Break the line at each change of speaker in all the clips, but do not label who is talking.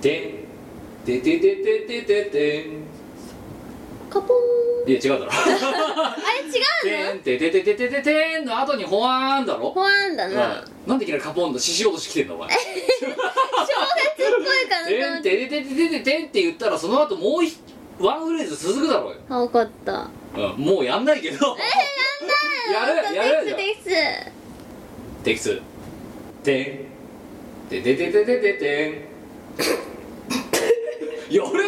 てんてててててててん
カポーン
いや違うだろ
あれ違
て
うん
てててててててんの後にほわーんだろ
のほわんだな
うんなんでいきなりカポンと獅子落としてきてんのお前
正月っぽいかなと
て
思
ん
って
ててててててんって言ったらその後もうひワンフレーズ続くだろうよ
あ分かった
うんもうやんないけどやるやる
テ
やる
キストテ
テキスてんてててててててんやれよほら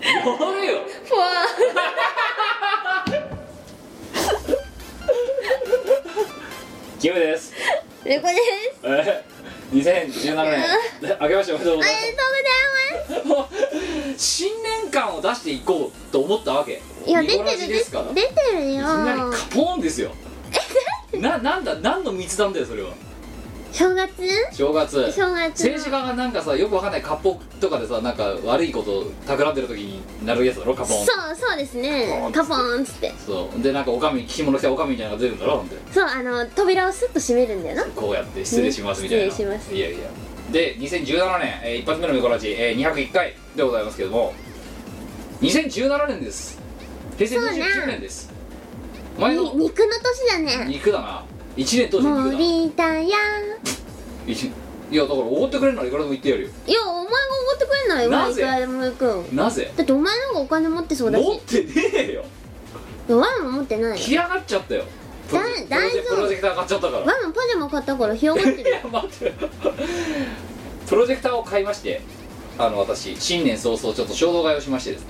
やれよ
キストフォア
キムです
レコです
え2017年明けましておめでとうご
あ
ざい
りがとうござい
ますもう 新年感を出していこうと思ったわけ
ますいや出て
ニコラジ
る
ですから
出てるよ
いきなりカポーンですよななんだ何の密談だよそれは
正月
正月
正月
政治家がなんかさよくわかんない割烹とかでさなんか悪いことを企んでる時になるやつだろカポーン
そうそうですね
カ
カポーンっつって
そうでなんかおかみ着物着たおかみみたいなのが出るんだろほんで
そうあの扉をスッと閉めるんだよな
こうやって失礼しますみたいな、
ね失礼します
いやいやで2017年、えー一発目のミコラジ、えー201回でございますけども2017年です平成29年です前
に
の
肉の年だね
肉だな1年通して肉だな
森田やいや
一いやだからおごってくれるならいくらでも言ってやるよ
お前がおごってくれない
な
わい
ぜ
くらでも行くよ
なぜ
だってお前の方がお金持ってそうだし
持ってねえよ
ワンも持ってないよ
干上がっちゃったよプロジェ
だ大丈夫
プロジェクター買っちゃったから
ワンもパジャマ買ったからひよがって
い
るよ
や待ってプロジェクターを買いましてあの私新年早々ちょっと衝動買いをしましてですね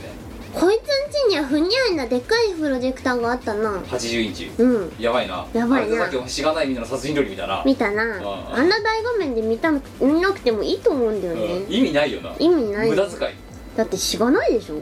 こいつんちにはふにゃいなでっかいプロジェクターがあったな
80インチ
うん
やばいな
や
あ
ばいな
れでさっきのしがないみんなの殺人料理みたいな、
見たな
ああ
あんな大画面で見た見なくてもいいと思うんだよ
うん、
ね
意味ないよな
意味ない
無駄遣い、うん、
だってしがないでしょ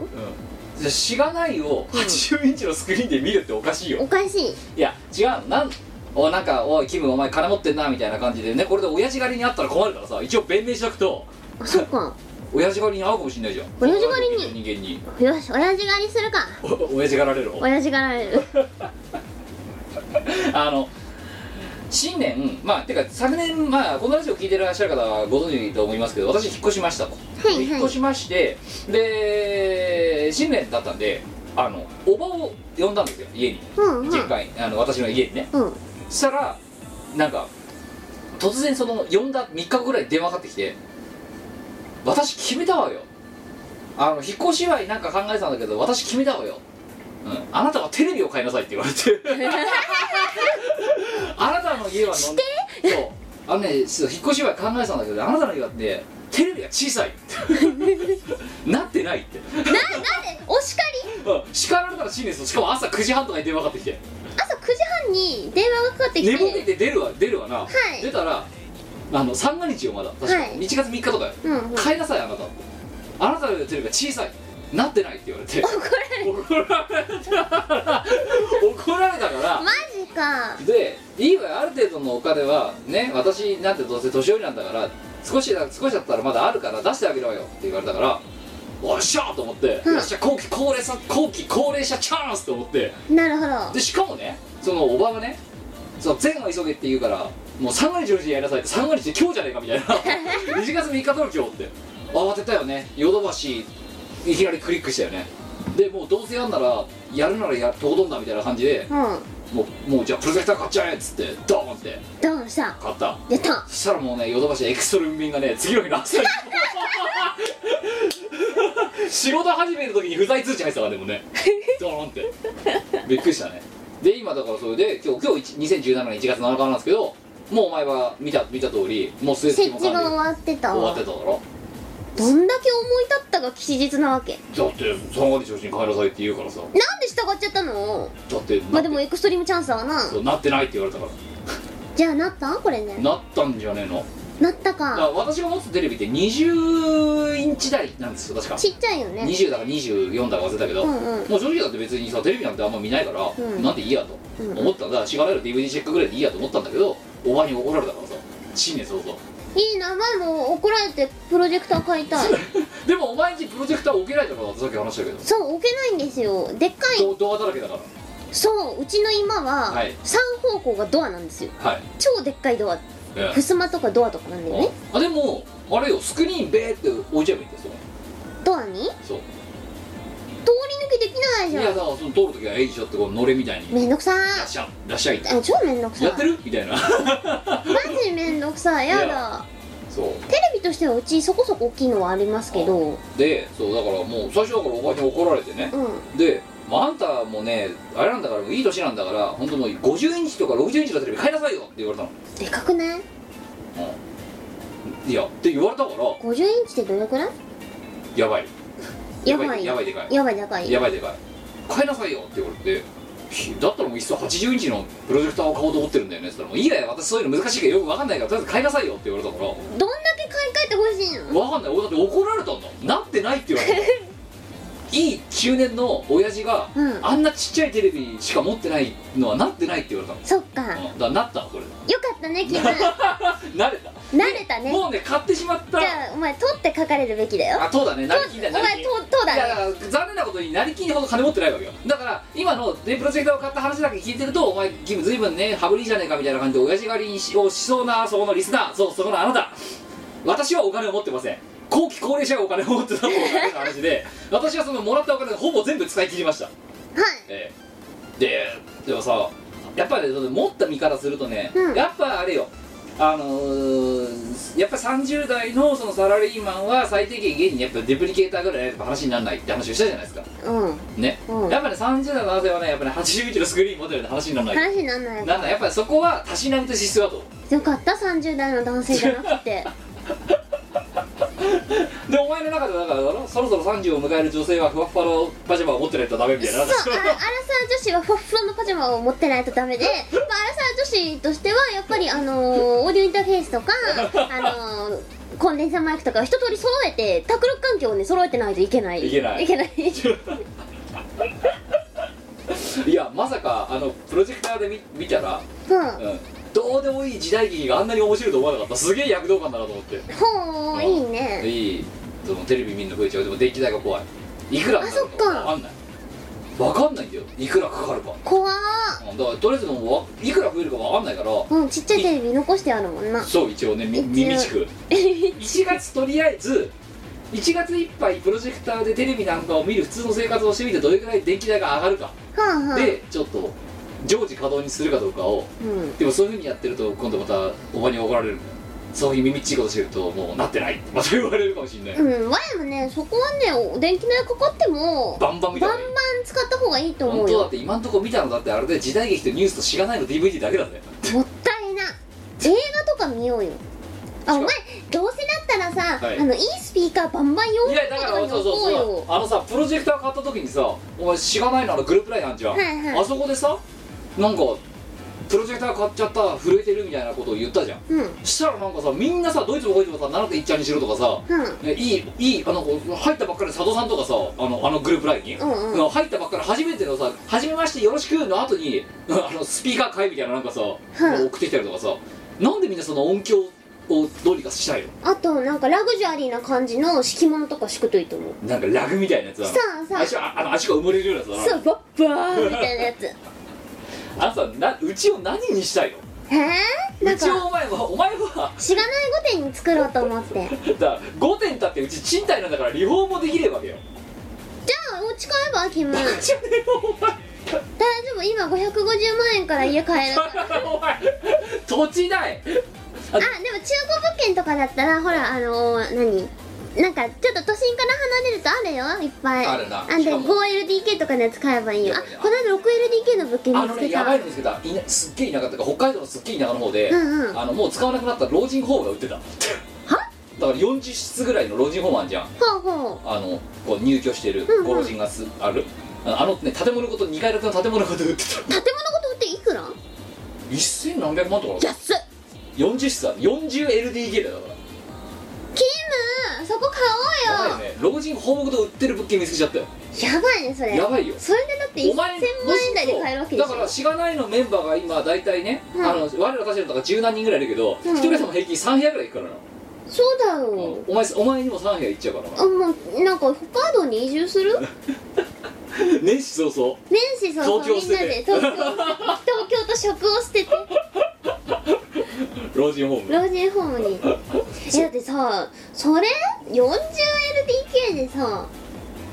じゃあしがないを80インチのスクリーンで見るっておかしいよ、
おかしい
いや違うのなんおなんかおいキムお前金持ってんなみたいな感じでねこれで親父狩りにあったら困るからさ一応弁明しとくと
あそっ か
親父狩りに合うかもしんないじゃん
親父狩りに
人間に
よし親父狩りするか
お親父狩られる
親父狩られる
あの新年まあてか昨年まあこのラジオ聞いてらっしゃる方はご存知と思いますけど私引っ越しましたと、
はいはい
で引っ越しましてで新年だったんであのおばを呼んだんですよ家に
うんうんうん
実家にあの私の家にねそしたらなんか突然その呼んだ3日後ぐらいに電話かかってきて「私決めたわよ」あの引っ越し祝いなんか考えてたんだけど私決めたわよ、うん、あなたはテレビを買いなさいって言われて あなたの家はしてそうあのねそう引っ越し祝い考えてたんだけどあなたの家はねテレビが小さいって なってないって
ななんでお叱り
うん叱られたらしいんですよしかも朝9時半とかに電話かかってきて
朝9時半に電話がかかってき
寝ぼけ
て
て出るわ出るわな、
い
出たらあの三が日よまだ確か、
はい
1月3日とかよ、
うんうん
買いなさいあなたあなたのテレビが小さいなってないって言われて
怒られる
怒られたから怒られたから
マジか
でいいわよある程度のお金はね私なんてどうせ年寄りなんだから少しだ少しだったらまだあるから出してあげろよって言われたからおっしゃーと思って、
うん
よっしゃ後期高齢者後期高齢者チャンスと思って
なるほど
でしかもねそのおばがねその前後急げって言うからもう3割10時やりなさいって3割って今日じゃねえかみたいな2月3日との今日って慌てたよねヨドバシいきなりクリックしたよねでもうどうせやんならやるならやとことんだみたいな感じで
うん
もうもうじゃあプロジェクター買っちゃえっつってドーンって
ドンした
買った
やった
そしたらもうねヨドバシエクストリーム便がね次の日の朝に仕事始める時に不在通知入ってたからでもねドーンってびっくりしたねで今だからそれで今日今日1 2017年1月7日なんですけどもうお前は見た見た通りもう数
設
日も
置
完
が
了
終わってた
終わ
わ
ってただろ
どんだけ思い立ったが吉日なわけ
だって三割調子に帰らさいって言うからさ
なんで従っちゃったの
だってな
まあでもエクストリームチャンスはな
そうなってないって言われたか
じゃあなったこれね
らなったんじゃねえの
なった
だから
か
私が持つテレビって20インチ台なんですよ確か
ちっちゃいよね
20だか24だか忘れたけど、
うんうん
もう正直だって別にさテレビなんてあんま見ないから、
うん
なんでいいやと
うんうん
思ったんだしがられる DVD チェックぐらいでいいやと思ったんだけどおばに怒られたからさ新年早々
いいな前も怒られてプロジェクター買い たい
でもお前んちプロジェクター置けないだろうなってさっき話したけど
そう置けないんですよでっかい
ど動画だらけだか
そううちの今は
はい
3方向がドアなんですよ
らはい
超でっかいドア
ええ
襖とかドアとかなんだよね
あでもあれよスクリーンベーって置いちゃえばいいんですよ
ドアに通
そう
り抜けできない
い
じ
や
ゃ
だ
ん
からその通るときはえいしょってこうのれみたいに
めんどくさ
「らっしゃいらっしゃい」
ーあ超めんどくさ
やって
ー
るみたいな
マジめんどくさーや
い
だ
やそう
テレビとしてはうちそこそこ大きいのはありますけどうん
でそうだからもう最初だからおばに怒られてねで、まあ、あんたもねあれなんだからもういい年なんだから本当もう50インチとか60インチのテレビ買いなさいよって言われたの、
でかくない
うん、いやって言われたから
50インチってどれくらい
やばい
やばい
やばいでかい
やばいでかい
やばいでかい買いなさいよって言われてひだったらもういっそ80インチのプロジェクターを買おうと思ってるんだよねって言ったら「もういいや私そういうの難しいからよく分かんないからとりあえず買いなさいよ」って言われたから
どんだけ買い替えてほしいの
分かんない俺だって怒られたんだもんなってないって言わ れたいい中年の親父が、
うん
あんなちっちゃいテレビしか持ってないのはなってないって言われたの
そっかよ
うんだからなったのそれ
かったね気分
慣れた
慣れたね
もうね買ってしまった
じゃあお前取って書かれるべきだよ
あそうだねなりきり
お
だ
前
なりきり
ととだ
いやだ
ね
から残念なことになりきりほど金持ってないわけよだから今のねプロジェクターを買った話だけ聞いてるとお前君ずいぶんね羽振りいいじゃねえかみたいな感じで親父狩りをしそうなそこのリスナーそうそこのあなた私はお金を持ってません後期高齢者がお金を持ってた方がいいの話で私はそのもらったお金をほぼ全部使い切りました
はい
ええででもさやっぱり、ね、持った身からするとね、
うん
やっぱあれよあのーやっぱ30代のそのサラリーマンは最低限現にやっぱデプリケーターぐらいないと話にならないって話をしたじゃないですか
うん
ね、
うん
やっぱね30代の男性はねやっぱね8 1のスクリーン持ってるって話にならない
話になんない
なんだやっぱりそこはたしなみと資質だと
よかった30代の男性じゃなくて
でお前の中でだからだろそろそろ30を迎える女性はふわっふわのパジャマを持ってないとダメみたいな
そうあアラサー女子はフォッフロのパジャマを持ってないとダメで、まあ、アラサー女子としてはやっぱりあのーオーディオインターフェースとかあのーコンデンサーマイクとかを一通り揃えて卓録環境をね揃えてないといけない
いけない
いけない
いやまさかあのプロジェクターで見見たら
うん
うんどうでもいい時代劇があんなに面白いと思わなかったすげえ躍動感だなと思って
ほういいね
いいそのテレビ見るの増えちゃうでも電気代が怖いいくらになるのか分か
あそっか
んない分かんないんだよいくらかかるか
怖ー
うんだからとりあえずもうわいくら増えるか分かんないから
うんちっちゃいテレビ残してあるもんな
そう一応ねみ
一応
耳地 区1月とりあえず1月いっぱいプロジェクターでテレビなんかを見る普通の生活をしてみてどれくらい電気代が上がるか、
はんはん
でちょっと常時稼働にするかどうかを
うん
でもそういうふうにやってると今度またおばに怒られるんだよそういう耳っちいことしてるともうなってないってまた言われるかもしれない、
うん、わやもねそこはねお電気代かかっても
バンバン
バ
見
ン
た
バ
ら
ン
いい
使った方がいいと思
本
う
当だっ
よ
て今んとこ見たのだってあれで時代劇とニュースとしがないの DVD だけだぜ
もったいな映画とか見ようよあお前どうせだったらさ、
はい
あのいいスピーカーバンバン用
い
意
や
と
だから
か
そう
に
そう
置
そ
こ
う
うよ
あのさプロジェクター買った時にさお前しがないのあのグループラインあんじゃん、
はいはい
あそこでさなんかプロジェクター買っちゃった震えてるみたいなことを言ったじゃん
うんう
したらなんかさみんなさドイツもこいつもさ7.1ちゃんにしろとかさ
ん
ねいいいいあの入ったばっかりの佐藤さんとかさあのあのグループラインに、
うんうん
の入ったばっかり初めてのさ「初めましてよろしく」の後に あのスピーカー買いみたいななんかさ、
い
送ってきたりとかさなんでみんなその音響をどうにかしたいの
あとなんかラグジュアリーな感じの敷物とか敷くといいと思う
なんかラグみたいなやつだ
さあさあ
足はあの足が埋もれるようなやつだ
そうバッバーみたいなや つへ
なあのさなうちを何にしたいの
えな
うんちを
か
お前は お前は
しがない御殿に作ろうと思ってじゃ
だ5点経ってうち賃貸なんだからリフォームもできればわけよ
あお家買えばキム大
うち
丈
はねお前
夫今550万円から家買える
お前土地代
あでも中古物件とかだったらほらあのー、何なんかちょっと都心から離れるとあるよいっぱい
あるな
で
しかも
5LDK とかのやつ買えばいいよ
い
あ
やいや
この間 6LDK の物件
あ
見
の
つけ
ね
た
やばいの見つけたいなすっげえ田舎とか北海道のすっげえ田舎の方で、
うんうん
あのもう使わなくなった老人ホームが売ってただから40室ぐらいの老人ホームあんじゃん
ほうほ
あのこう入居してる
うんうん
ご老人がす、あるあのね建物ごと2階建ての建物ごと売ってた
う建物ごと売っていくら
1000何百万とかだ
安っ
40室ある 40LDK だよだから
キムそこ買おう
や
よ
ばいよね老人ホームごと売ってる物件見つけちゃったよ
やばいねそれ
やばいよ
それでだって1000
お
万
前
円台で買えるわけでし
だ
ょ
からしがないのメンバーが今大体ね、
うん
あの我らたちのとか十何人ぐらいいるけど一、
うん
人でも平均3部屋ぐらいいくからな、
そうだよ
お前お前にも3部屋行っちゃうからな
あもうなんか北海道に移住 する
年始早々
年始さん
東京
みんなで東京東京と職を捨てて
老人ホーム
老人ホーム にえだってさそれ 40LDK でさ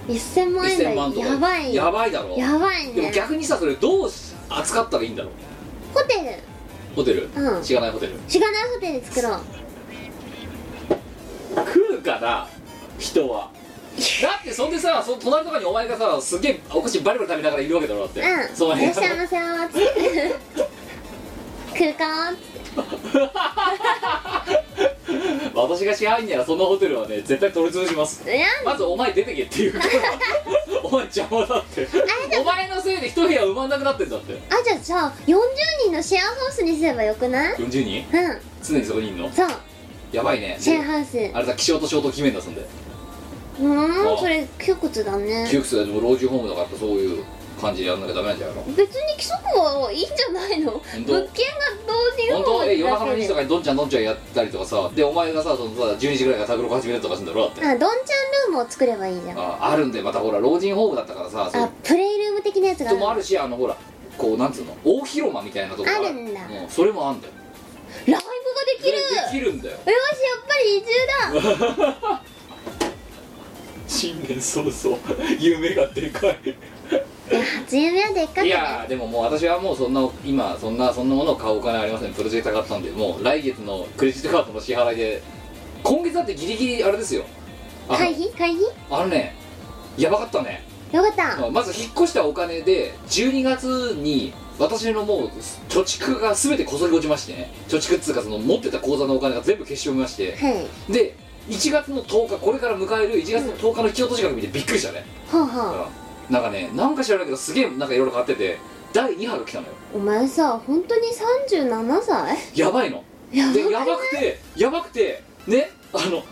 1000万円
1000万と
台
か
やばい
や
や
ばいだろ
ばい
でも
ね
逆にさそれどうし扱ったらいいんだろう
ホテ
ホテル
うん
知らないホテル
ルしがないホテル作ろう
来るかな人 はだってそんでさその隣とかにお前がさすげえお菓子バリバリ食べながらいるわけだろだって
うん
その
いら
辺
っしゃいませーつって来るかーっつって
私が支配人ならそんなホテルはね絶対取り潰します
いや
まずお前出てけっていう からお前邪魔だってお前のせいで一部屋埋まんなくなってんだって
あじゃあじゃあ40人のシェアハウスにすればよくない
40人
うん
常にそこにいんの
そう
やばいね
シェアハウスう
あれだ気象と消灯決めんだそんで
ーんそれ窮屈だね
窮屈だよでも老人ホームだからやっぱそういう感じでやんなきゃダメなんじゃないの
別に規則はいいんじゃないの物件
当
が同時
本当え夜中の2時と
か
かにどんちゃんどんちゃんやったりとかさでお前がさそのさ12時ぐらいから卓録始めるとかするんだろだって
あどんちゃんルームを作ればいいじゃんあ
ああるんでまたほら老人ホームだったからさそう
プレイルーム的なやつがあ
人
る
もあるしあのほらこうなんつうの大広間みたいなとこ
あるんだ
うん、それもあんだよ
ライブができるよ
できる んだよ
しやっぱり移住だ
新年早々夢がでかい
いや初夢はでっかく
い
ね
やーでももう私はもうそんな今そんなそんなものを買うお金ありませんプロジェクター買ったんでもう来月のクレジットカードの支払いで今月だってギリギリあれですよあの
会費会費
あのねやばかったね
よかった
まず引っ越したお金で12月に私のもう貯蓄が全てこそり落ちましてね貯蓄っつうかその持ってた口座のお金が全部消し止めまして
はい
で1月の10日これから迎える1月の10日の引き落とし額見てびっくりしたね、
ほうほう
うんなんかねなんか知らないけどすげえなんかいろいろ買ってて第2波が来たのよ
お前さ本当に37歳
やばいの
やば
でやばくてやばくてねあの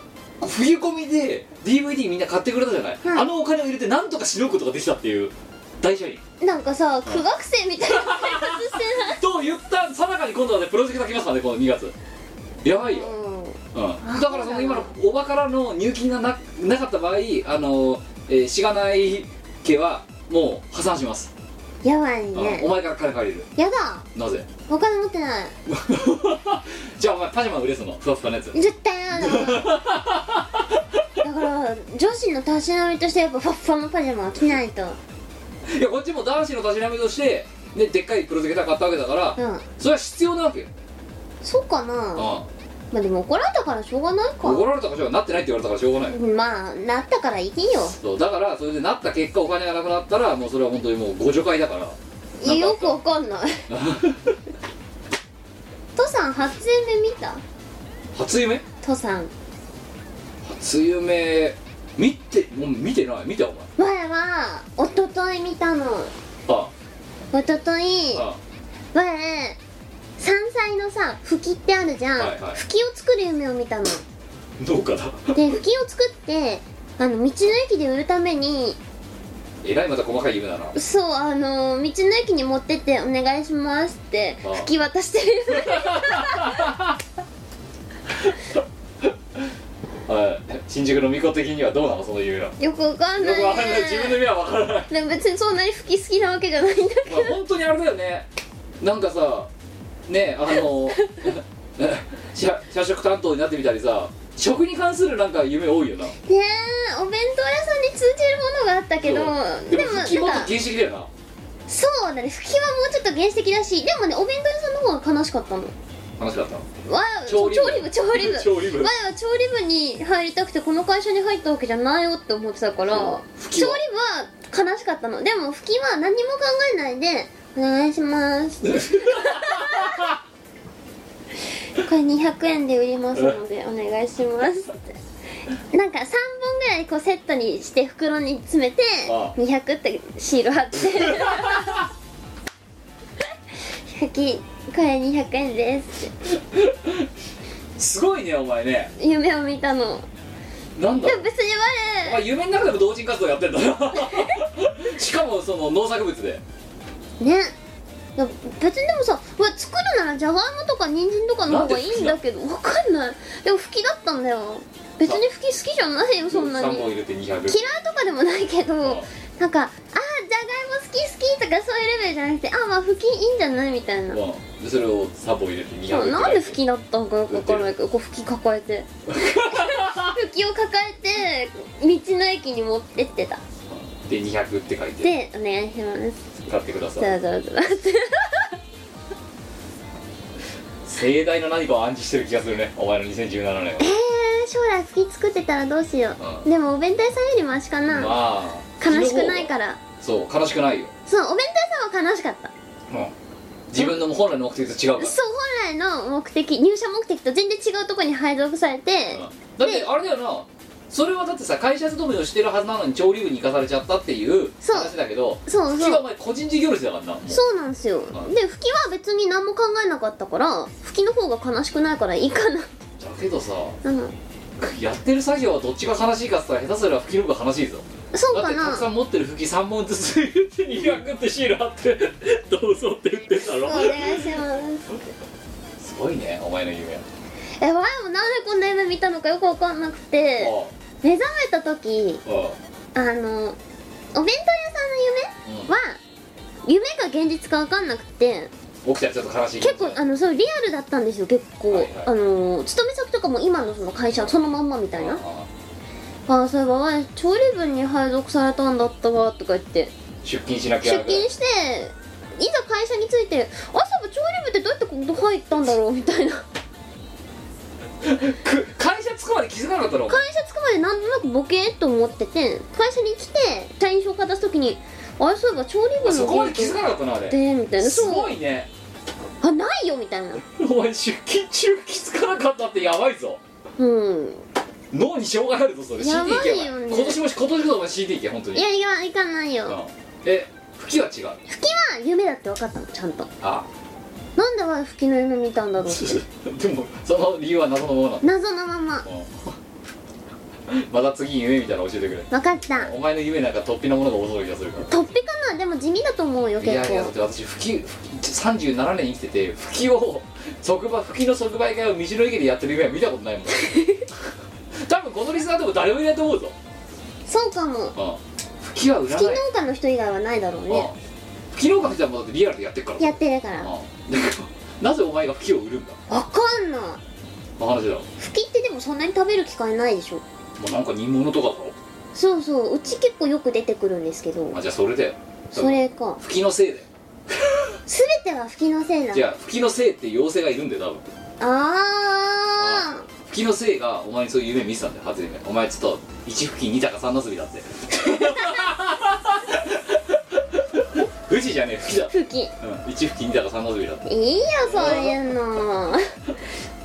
冬込みで DVD みんな買ってくれたじゃない、
うん
あのお金を入れてなんとかしのぐことができたっていう大社員
なんかさ苦学生みたいな生活してな
と言ったさなかに今度はねプロジェクト来ますからねこの2月やばい
い
よ、
うん
うん、だからその今のおばからの入金がななかった場合あの、えーしがない家はもう破産します、
やばい
うんお
ね
前から金借りる
やだ
なぜ
お金持ってない
じゃあお前パジャマ売れすのふわふわのやつ
絶対やだだから女子のたしなみとしてやっぱファッファのパジャマは着ないと
いやこっちも男子のたしなみとしてね、でっかいプロジェクター買ったわけだから、
うん
それは必要なわけよ、
そうかな
うん、
まあでも怒られたからしょうがないか
怒られたかしょうがなってないって言われたからしょうがない、
まあなったからいいよ
そうだからそれでなった結果お金がなくなったらもうそれは本当にもうご助会だから なんか
よくわかんないトさん初夢見た
初夢
トさん
初夢見てもう見てない見たお前
我は一昨日見たの
あ
一昨日
あ
我山菜のさきってあるじゃん、
はいはい
きを作る夢を見たの
農家だ
できを作ってあの道の駅で売るために
えらいまた細かい夢だな
そうあの道の駅に持ってってお願いしますって
ああ
吹き渡してる
はい新宿の巫女的にはどうなのその夢はよ
よくわかん
く
ない,、ね、
わかんない自分の夢はわからない
でも別にそんなに吹き好きなわけじゃないんだけど
まあ本当にあれだよねなんかさねあの 社社食担当になってみたりさ食に関するなんか夢多いよな
ねえお弁当屋さんに通じるものがあったけど
そう
で
で
も
も吹きもっと
なんか
原始的だよな
そうだね吹きはもうちょっと原始的だしでもねお弁当屋さんの方が悲しかったの
話だったの
わあ調理部調理部
調理部
前は調理部に入りたくてこの会社に入ったわけじゃないよって思ってたから
そう吹
調理
き
部
は
は悲しかったのでも吹きは何も考えないで「お願い します」これ200円で売りますのでお願いします」ってなんか3本ぐらいこうセットにして袋に詰めて
ああ
200ってシール貼 って 「100これ200円です」って
すごいねお前ね
夢を見たの
なんだ
でも別に
お
我
前夢の中でも同人活動やってんだ なしかもその農作物で
ねいや別にでもさうわ作るならじゃがいもとか人参とかの方がいいんだけどわかんないでも吹きだったんだよ別に吹き好きじゃないよそんなに
3本入
嫌い
れて200
とかでもないけど
あ
なんかあーじゃがいも好き好きとかそういうレベルじゃなくてあーまあ吹きいいんじゃないみたいな
うでそれを3本入れて200
そう
ぐらい
なんで吹きだったのかよくわからないけどこう吹き抱え て吹きを抱えて道の駅に持ってってた
で200って書いて
でお願いします
買ってくださ
ザラ
い
ザラザラって
盛大な何かを暗示してる気がするねお前の2017年は
えー、将来吹き作ってたらどうしよう、
うん
でもお弁当屋さんよりマシか
ま
な、
あ
悲しくないからら
そう悲しくないよ、
そうお弁当屋さんは悲しかった
うん、自分の本来の目的と違うから
そう本来の目的入社目的と全然違うとこに配属されて、
だってあれだよなそれはだってさ会社勤めをしてるはずなのに潮流部に行かされちゃったっていう
そう
話だけど
そう
月は
そ
お
う
前個人事業主だからなもう
そうなんですよ
ん
で吹きは別に何も考えなかったから吹きの方が悲しくないからいいかな
だけどさ
うん
やってる作業はどっちが悲しいかっつったら下手すれば吹きの方が悲しいぞ
そう
だっ
か
てた
な
くさん持ってる吹き3本ずつ入れて200ってシール貼って どうぞって言ってた
お
ろ
願いします
すごいねお前の夢あ
え前もなんでこんな夢見たのかよくわかんなくて目覚めた時
あああ
あのお弁当屋さんの夢は夢が現実かわかんなくて
起きたらちょっと悲しい
結構あのそうリアルだったんですよ結構、
はいはい
あの勤め先とかも今のその会社そのまんまみたいなああそういえば前調理部に配属されたんだったわとか言って
出勤しなきゃ
出勤していざ会社に着いて朝部調理部ってどうやってここ入ったんだろうみたいな
く会社着くまで気づかなかったの
会社着くまでなんとなくボケーっと思ってて会社に来て社員証か出す時にあれそういえば調理部の
そこまで気づかなかったなあれ
でみたいな
す
そ
ご
う
いね
あないよみたいな
お前出勤中気づかなかったってやばいぞ
うん
脳に障害あるぞそれ CD
やばい
行けば
よね
今年もし今年こそお前 CD 行け本当
い
に
やいやいかないよ、
う
ま
んえ吹きは違う
あ夢だって分かったのちゃんと
あ
なんで我吹きの夢見たんだろうって
あでもその理由は謎のものなんだ
謎のまま
うん また次夢みたいなの教えてくれ
分かった
お前の夢なんか突飛なものが多そうな気がするから
とっぴかなでも地味だと思うよ
い
結
やいやだっ
構
て私吹き吹き37年生きてて吹きを即売吹きの即売会を道の駅でやってる夢は見たこと ないもん多分このリスナーでも誰もいないと思うぞ、
そうかも
うん、吹きは売ら
吹き
ない
農家の人以外はないだろうね
うん吹き農家の人はもうだってリアルでやってるから
やってるから
うん
分
だけどなぜお前が吹きを売るんだ
かんな
の話だろも
い吹きってでもそんなに食べる機会ないでしょ
うなんか煮物とかだろ
そうそううち結構よく出てくるんですけど
あじゃあそれだよ
それか
吹きのせいだよ
全ては吹きのせいだ
じゃあ吹きのせいって妖精がいるんだよ多分
あ
吹きのせいがお前にそういう夢見てたんだよ初夢お前ちょっと1吹き2だか3なすびだって 富士じゃねえ吹きだ
ー、吹き
うん1吹き2だか3なすびだって
いいよそういうのあ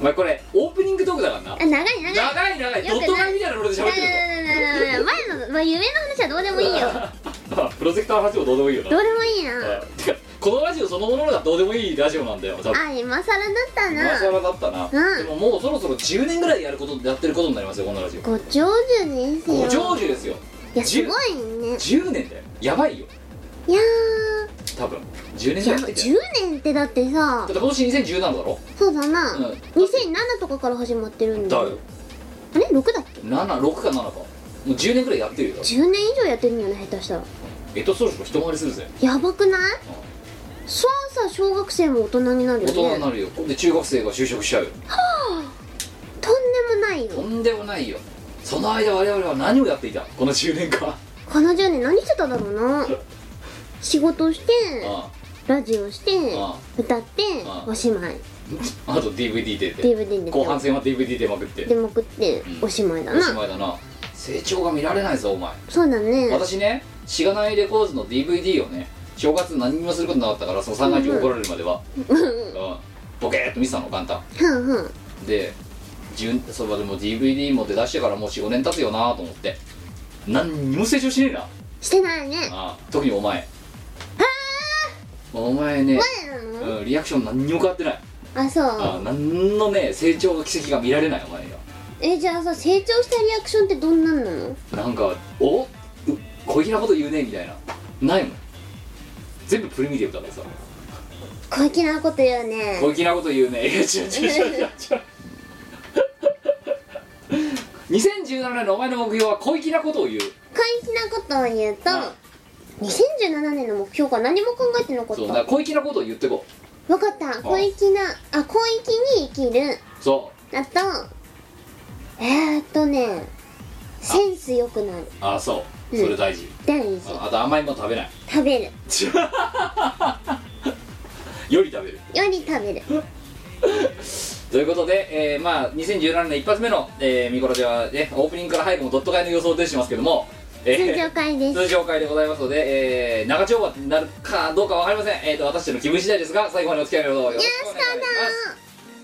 お前これオープニングトークだからな
長い長い
長い長いド
よくな
ット目
い
みたいなローで
な
喋ってる
なななな前の、まあ、夢の話はどうでもいいよ
ぞまあプロジェクターの話もどうでもいいよな
どうでもいいな
うんてかこのラジオそのものがどうでもいいラジオなんだよ多分
あ今更だった
今
な
更だったな、
うん
でももうそろそろ10年ぐらいやることやってることになりますよこのラジオ
ご長寿ですよ
ご長寿ですよ
いやすごいね
10年だよやばいよ
いや
多分10年
ー
じ
い
ゃ
や
なくてだ
10年ってだってさ
って今年2017だろ
そうだな、
うん
2007とかから始まってるん
だ
だ
よ
あれ6だっけ
76か7かもう10年ぐらいやってるよ
10年以上やってるんよね下手したら
えとそろそろ一回りするぜ
やばくないそうさ小学生も大人になる
大
よね
人になるよで中学生が就職しちゃうよ
とんでもない
と
よ
んでもないよその間我々は何をやっていたこの10年間
この10年何してただろうな仕事して
あ
ラジオして
あ
歌って
あ
おしまい
ああと DVD 出て
DVD で
後半戦は DVD 出まくって
でまくって
うん
おしまいだ
おし
な
まいだな成長が見られないぞお前
そうだね
私ねしがないレコーズの DVD をね正月何もすることなかったからその三が日怒られるまでは、うんボケーっと見てたの簡単
ふんふん
で順そうだでも DVD も出だしてからもう45年経つよなと思って何にも成長しねえな
してないね
ああ特にお前お前ね、
誰なの
うん、リアクション何にも変わってない
あそ
ああ
う
何のね成長の奇跡が見られないお前には
えじゃあさ成長したリアクションってどんなんなの
なんかおう小粋なこと言うねみたいなないもん全部プリミティブだからさ
小粋なこと言うね
小粋なこと言うねいや違う違う 違う違う2017年のお前の目標は小粋なことを言う
小粋なことを言うと
うん
2017年の目標が何も考えてなかっ
そう
た
だから小粋なことを言ってこ
わかった広域なあ広域に生きる
そう
あとえー、っとねセンス良くなる
あそうそれ大事、
大事
ああと甘いもの食べない
食べる
より食べる
より食べる
ということで、えーまあ、2017年一発目の、えー、見頃では、ね、オープニングから早くもドット会の予想を出してますけども、え
通
ー
常会です
通常会でございますので、えー、長丁場になるかどうかわかりません、えー、と私たちの気分次第ですが最後までお付き合いのほどよろしくお願いし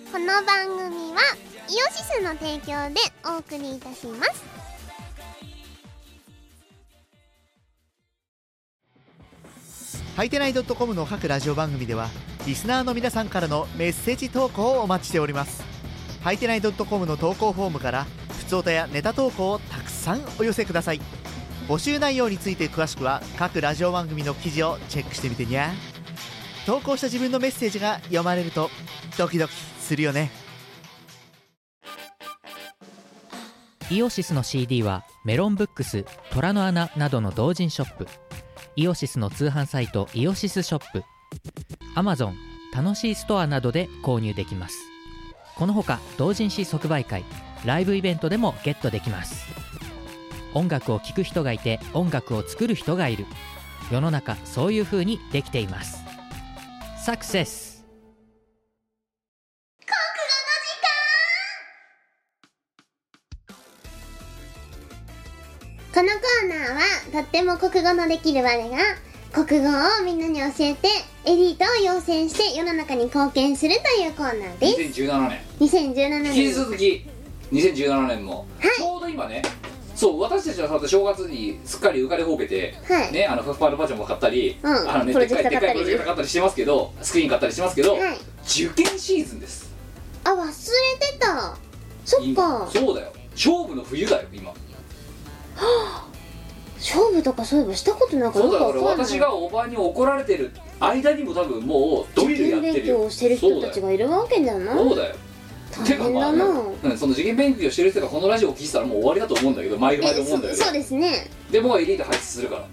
ます
この番組はイオシスの提供でお送りいたします
はいてない .com の各ラジオ番組ではリスナーの皆さんからのメッセージ投稿をお待ちしておりますはいてない .com の投稿フォームから普通歌やネタ投稿をたくさんお寄せください募集内容について詳しくは各ラジオ番組の記事をチェックしてみてにゃ投稿した自分のメッセージが読まれるとドキドキするよね
イオシスの CD はメロンブックス、虎の穴などの同人ショップイオシスの通販サイトイオシスショップ Amazon 楽しいストアなどで購入できますこのほか同人誌即売会ライブイベントでもゲットできます音楽を聴く人がいて音楽を作る人がいる世の中そういう風にできていますサクセス
このコーナーはとっても国語のできる我が国語をみんなに教えてエリートを養成して世の中に貢献するというコーナーです
2017年引
2017
き
年
続き2017年も、ちょうど今ねそう私たちはさ正月にすっかり浮かれほうけて、
はい
ねあのファファルパジャマ買ったり、
うん
あのね
プ
で
ロ
っ
ジェ
か
ク
い
タ
でっかい
ー
プロジェクター買ったりしてますけどスクリーン買ったりしてますけど、
はい
受験シーズンです
あ忘れてたそっ
今
か
そうだよ勝負の冬だよ今
勝負とかそういえばしたことなんか
そうだか
よく
ら
わかんない
私がおばに怒られてる間にも多分もうドリルや
受験
って
勉
る
強
よ
をしてる人たちがいるわけじゃない
そうだよ
大
てか
変
まあ
だな
うん、その受験勉強してる人がこのラジオを聞いてたらもう終わりだと思うんだけど毎度毎度
え
思う
そ
んだけど
そうですね
でもうエリート輩出するから
エ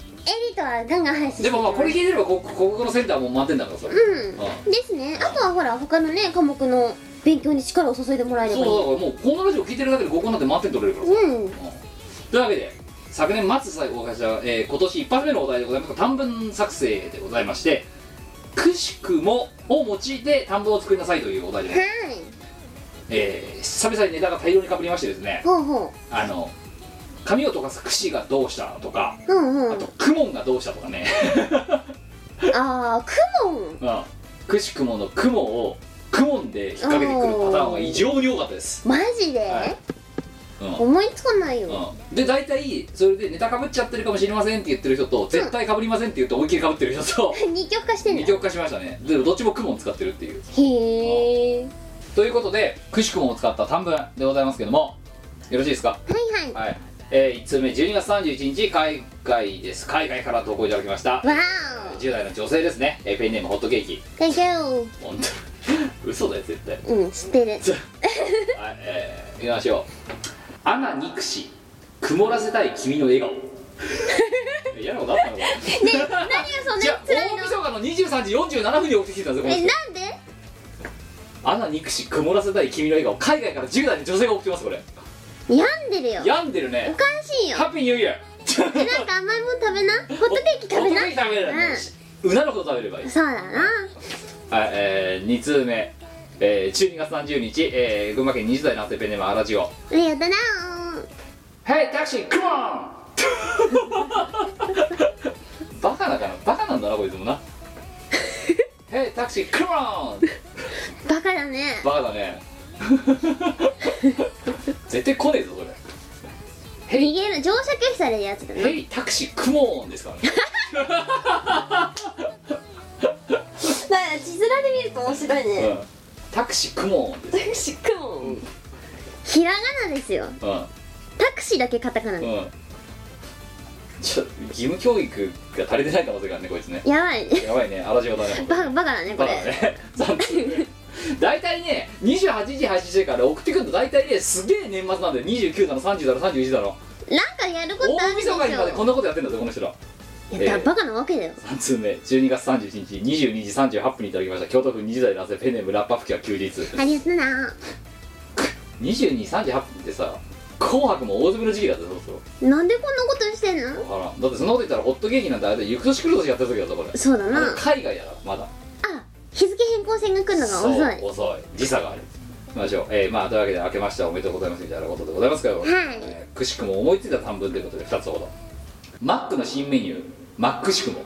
リートはガンガン配信
でもまあこれ聞いてればこ国語のセンターも満点だからそれ、
うん
あ
ですねあとはほら他のね科目の勉強に力を注いでもらえればいい
そうだからもうこのラジオ聞いてるだけで国語なんて満点取れるから、うん
うん
というわけで昨年末最後した、えー今年一発目のお題でございます短文作成でございまして「くしくも」を用いて短文を作りなさいというお題でございます
はい
えー久々にネタが大量にかぶりましてですね
ほうほ
あの髪を溶かす櫛がどうしたとか
ううんう
あ
ん
とクモンがどうしたとかね、
あークモン
うん、くしくものクモをクモンで引っ掛けてくるパターンが異常に多かったです、
マジで、
はいうん
思いつかないよ、
うん、で大体それでネタかぶっちゃってるかもしれませんって言ってる人と絶対かぶりませんって言って思いっきりかぶってる人と
二極化してん
二
だ
極化しましたねでもどっちもクモン使ってるっていう
へえはい
ということでくしくもを使った短文でございますけどもよろしいですか
はいわ
はい、えー、1通目12月31日海外です海外から投稿いただきました
ー
10代の女性ですね、えーペンネームホットケーキ
おガガ
本当 嘘だよ 絶対はい
オうん知ってる
えー、見ましょう「アナ憎し曇らせたい君の笑 顔」嫌なことあったのか
何がそん
じ
な
ゃあ
に辛い
大
の
晦日の23時47分に起きてきたんですよこ
え
れ
なんで
アナ憎し曇らせたい君の笑顔海外から10代の女性が起きてますこれ
病んでるよ
病んでる
お
ね
かしいよ
ハッピーニューイヤー
えなんか甘いもん食べな ホットケーキ食べな
ホットケーキ食べればいいしうなのこと食べればいい
そうだな
はい、えー、2通目、えー、12月30日、えー、群馬県20代男性ペンネームアラジオ
ありがとうな
Hey, taxi, come on! バカだから、バカなんだな、こいつもな。Hey, taxi, come on!
バカだね
バカだ ね。絶対来ねえぞ、それ。
逃
Hey,
げる乗車拒否されるやつだな
hey, taxi, come on! ですからね。
字面で見ると面白いね、
うん。タクシー、come on! です。
しかも
ひらがなですよ
うん。
タクシーだけカタカナ
うん。ちょ義務教育が足りてない可能性があるね、こいつね。
やばい
やばいね、アラジオだね。
バカバカだね
バ
こ
カ
れ
だね。残念大体ね、28時8時から送ってくると大体ね、すげえ年末なんだよ。29だの、30だの、31だの。
なんかやることあ
大
るでし
晦
ょ
日にまでこんなことやってんだぞ、この人ら。
いや、
えー
バカなわけだよ
3通目12月31日22時38分にいただきました京都府20代男性ペンネームラッパ吹きは休日
ありがとうな
2238分ってさ紅白も大詰めの時期だったぞそう
なんでこんなことしてんの
わからんだってそんなこと言ったらホットケーキなんてあれだ行く年来る年やってる時だぞこれ
そうだ
あの
な
海外だからまだ
あ日付変更線が来るのが遅い
そう遅い時差がある行きましょう、えーまあというわけで明けましておめでとうございますみたいなことでございますけど、えーくしくも思いついた短文ということで2つほどマックの新メニューマックしくも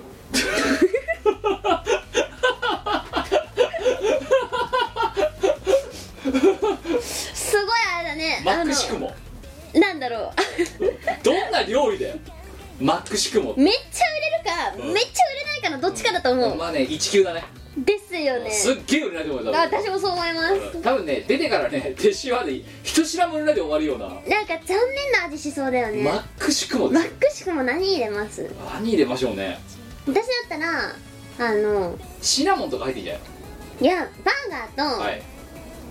すごいあれだね
マックしくも
あのなんだろ
どんな料理だよマックしくも
う めっちゃ売れるか、めっちゃ売れないかのどっちかだと思う、
まあね1級だね
ですよね
すっげえ売れないと思うよ
あ
多分
私もそう思います、
うん多分ね出てからね撤収まで人知らんも売れないで終わるような、
なんか残念な味しそうだよね
マックしくもで
マ
すよ
ックしくも何入れます
何入れましょうね
私だったらあの
シナモンとか入っていいんじゃない
いやバーガ
のは
ーと
い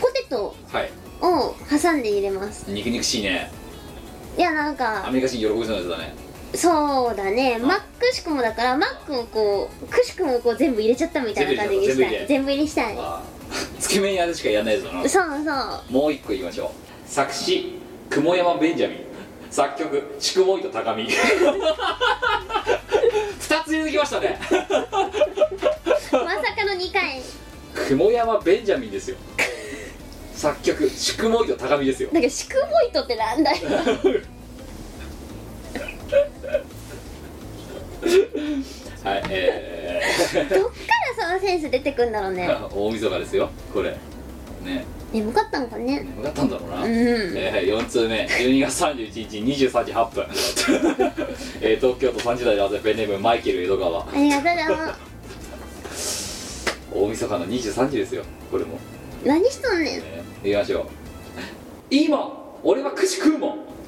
ポテト
はい
を挟んで入れます
肉肉しいね
いやなん
ア
か
メリカ人喜びそうなやつだね
そうだねマックしくもだからマックをこうくしくもこう全部入れちゃったみたいな感じにしたい全部入りしたい
あーつけ麺屋でしかやんないやつだな
そうそう
もう一個言いましょう作詞雲山ベンジャミン作曲ちくぼいと高見二つ入れてきましたね
まさかの2回
雲山ベンジャミンですよ作曲ちくぼいと高見ですよ
なんかシクボイトってなん だよ
はいえ
どっからそのセンス出てくんだろうね
ー、大晦日ですよこれね
眠かったのかね
眠かったんだろうな、
うん
えー、4通目12月31日23時8分、えー、東京都30代男性ペンネームマイケル江戸川
ありがとうどうも
大晦日の23時ですよこれも、
何しとんねん
えー、いきましょういいもん俺は串食うもん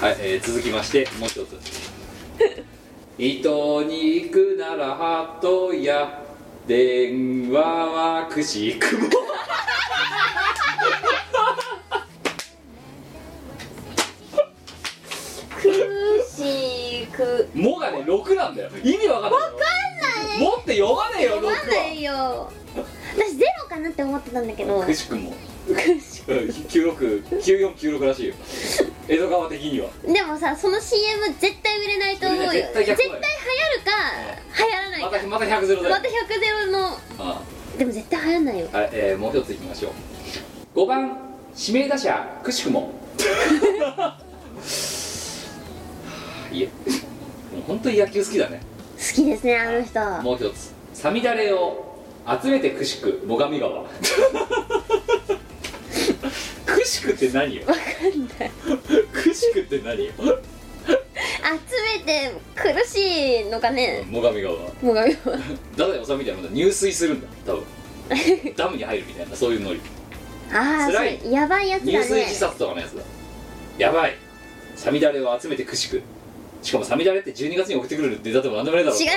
はい、えー、続きましてもう一つ糸に行くならハトや電話は串食うもん
くしく
「も」がね6なんだよ意味わかんないわかんない「も」って読まねえよ6
わかんな
はい
よ私ゼロかなって思ってたんだけど
くしくもうん969496らしい よ江戸川的には
でもさその CM 絶対売れないと思うよ
売れない
絶
絶
対
対
流行
逆
る
だよ
か流行らない
ま
か
たまた100ゼロだよ
また100ゼロの
あ
でも絶対流行んないよ
あはい、えーもう一ついきましょう5番指名打者くしくも いえもう本当に野球好きだね
好きですねあの人あ
もう一つさみだれを集めてくしく最上 川くしくって何よわかんないくしくって何よ
集めて苦しいのかね
最上川
もう
ダダイさみたいなもんだ入水するんだ多 分ダムに入るみたいなそういうノリ
ああ
辛い
そうやばいやつ
入
だ
水
ね
自殺とかのやつだやばいサミダレを集めてくしくしかもサミダレって12月に送ってくるネタでもなんでもねえだろ
違いま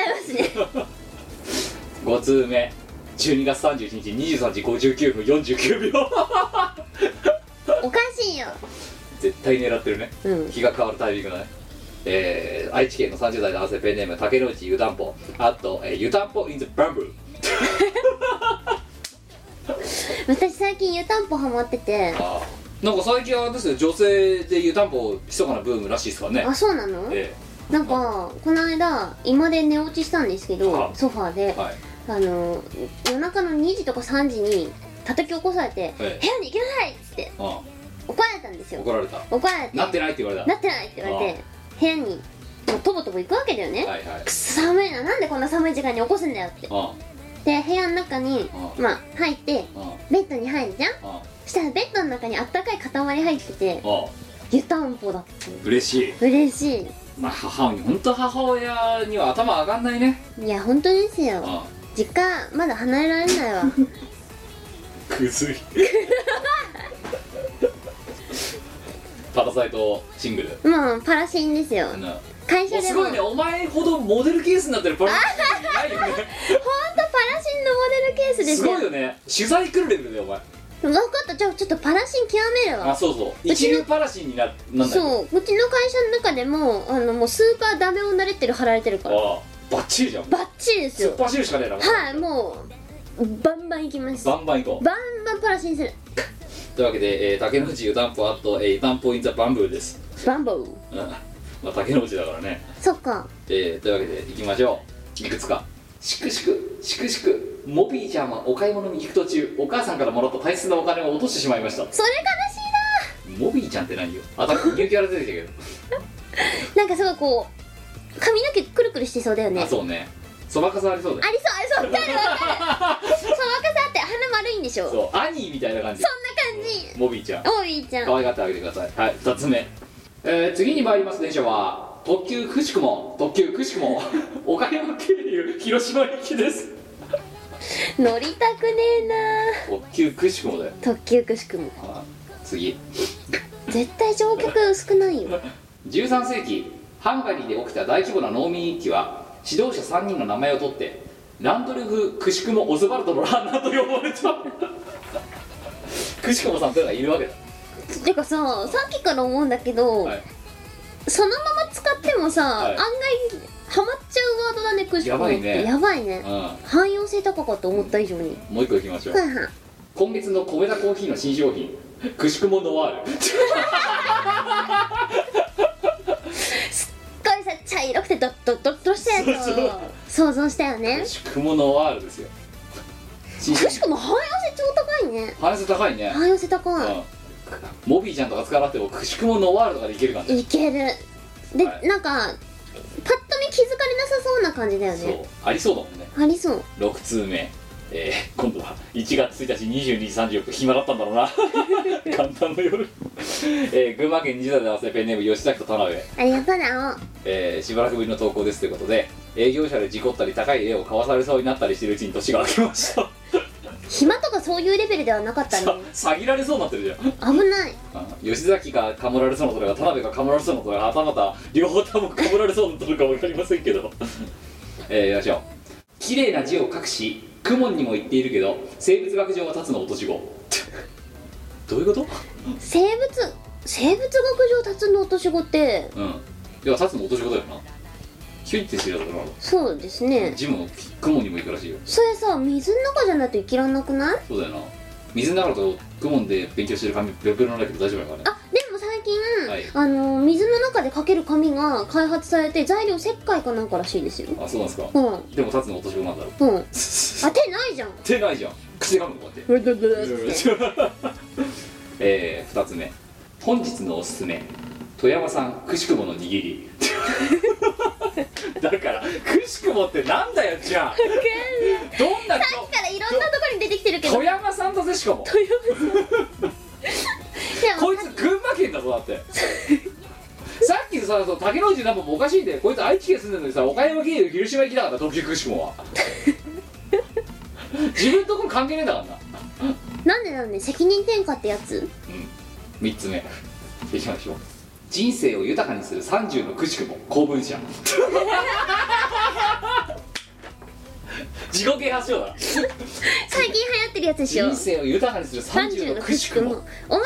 すね
5通目12月31日23時59分49秒
おかしいよ
絶対狙ってるね
うん
日が変わるタイミングだねえー、愛知県の30代男性ペンネーム竹之内湯たんぽあと、えー、湯たんぽ in the bamboo
私最近湯たんぽハマってて
あーなんか最近はあれですよ女性で湯たんぽ密かなブームらしいですからね
あそうなの
え
なんかこの間今で寝落ちしたんですけど
あ
ソファーで
えはい
あの夜中の2時とか3時に叩き起こされて「部
ええ
屋に行きなさい!」っつって
う
怒られたんです
ん
よ
怒られた
怒られて
なってないって言われ
なってないって言われて部屋にもうとぼとぼ行くわけだよね、
たはいはい
くっそ寒いななんでこんな寒い時間に起こすんだよって
うん
で部屋の中に
あ
まあ入って
うん
ベッドに入るじゃん
あ
そしたらベッドの中にあったかい塊入ってて
あ
湯たんぽだって
嬉しい
嬉し
まあ母親本当母親には頭上がんないね
いいや本当ですよ
あ
実家まだ離れられ ないわ
く ずいパラサイトシングル
もうパラシンですよ
あのも
会
う
社ですも
ごいねお前ほどモデルケースになってるパラサイトシングルないよね
ほんとパラシンのモデルケースですすよ
ごいよね取材来るレベルだよお前
分かったじゃあちょっとパラシン極める
あ
わ
そうそう
の
一流パラシンにななんだよ
そううちの会社の中でもあのもうスーパーダメ女レッテル貼られてるから
ああバッチリじゃん
バッチリです
突っ
よ
走るしかねえな
はいもうバンバン行きますバ
バンバン行こ
ンバンパラシンする
うというわけで、えー、竹野内湯たんぽあと、えー、湯たんぽインザバンブーです、
バンボー
うん、まあ竹野内だからね
そっか
えー、というわけで行きましょういくつかしくしくしくしくモビーちゃんはお買い物に行く途中お母さんからもらった大切なお金を落としてしまいました
それ
モビーちゃんって何よあた勇気あら出てきた けど
悲しいななんかすごいこう髪の毛くるくるしてそうだよねあ
あ
りそう
そうねそばかさありそうだよ
ありそうわかるわか るそう若さって鼻丸いんでしょそんな
そうアニーみたいな感じ
感じ
モビーちゃん
おいいちゃん
可愛がってあげてくださいはい2つ目、えー、次に参ります電車は特急くしくも特急くしく も岡山経由広島行きです
乗りたくねえな
特急くしくもだよ
特急くしくも
あ次
絶対乗客少ないよ
13世紀ハンガリーで起きた大規模な農民一揆は指導者3人の名前を取ってランドルフ・クシクモ・オズバルトのランナーと呼ばれたクシクモさんというのがいるわけだ、
てかささっきから思うんだけど、
はい
そのまま使ってもさ、
はい
案外ハマっちゃうワードだねくしく
や
もっ
ばいね
てやばいね
う
汎用性高かった思った以上に、
ん、もう一個いきましょう
はいはい
今月の米田コーヒーの新商品くしくもノワール
これさ茶色くてドッドッドッとしたやつを想像したよね
くしくもノワールですよ新商
くし
品
くも汎用性超高いね
話せ高いね、
汎用性高い、
うん、モビーちゃんとか使わなくてもくしくもノワールとかでいける感じ、
いけるで、
はい
なんかパッと見気づかれなさそうな感じだよ
そう
ね
ありそうだもんね
ありそう
6通目、えー今度は1月1日22時30分暇だったんだろうな 簡単な夜、えー群馬県20代男性ペンネーム吉崎と田辺、
ありがとうな
えーしばらくぶりの投稿ですということで営業者で事故ったり高い絵を買わされそうになったりしてるうちに年が明けました
暇とかそういうレベルではなかったね
さ 詐欺られそうになってるじゃん
危ない
あの吉崎がかもられそうなとか田辺がかもられそうなとかはたまた両方ともかもられそうなとか分かりませんけど えー、よいしょ綺麗な字を書くし公文にも言っているけど生物学上は立つの落とし子 どういうこと
生物生物学上立つの落とし子って
うんいや立つの落とし子だよなヒュイってしてるやつだろ
そうですね
字も公文にも行くらしいよ
それさ水の中じゃないと生きらんなくない
そうだよな水の中だと公文で勉強してる紙ペロペロなんだけど大丈夫なのかね
あでも最近、
はい
あの水の中でかける紙が開発されて材料石灰かなんからしいですよ
あそうなんですか
うん
でも立つの落とし子なんだろ
うんあ手ないじゃん
手ないじゃん口で噛むのこうやって
ブルブルブルって
えー、2つ目本日のおすすめ富山産くしくもの握り だからくしくもってなんだよじゃあどんな
さっきからいろんなところに出てきてるけど
富山産だぜしかも
でも
こいつ群馬県だぞだってさっきさその竹野内なんかもおかしいんだよこいつ愛知県住んでるのにさ岡山経由広島行きだから特急くしくもは自分のところ関係ねえんだからな
なんでなんで責任転嫁ってやつ
3つ目いきましょう人生を豊かにする30のくしくも公文 社自己啓発書だ
最近流行ってるやつでしょ
人生を豊かにする30
30
の
の
く
く
し
し
く
く
も
もお前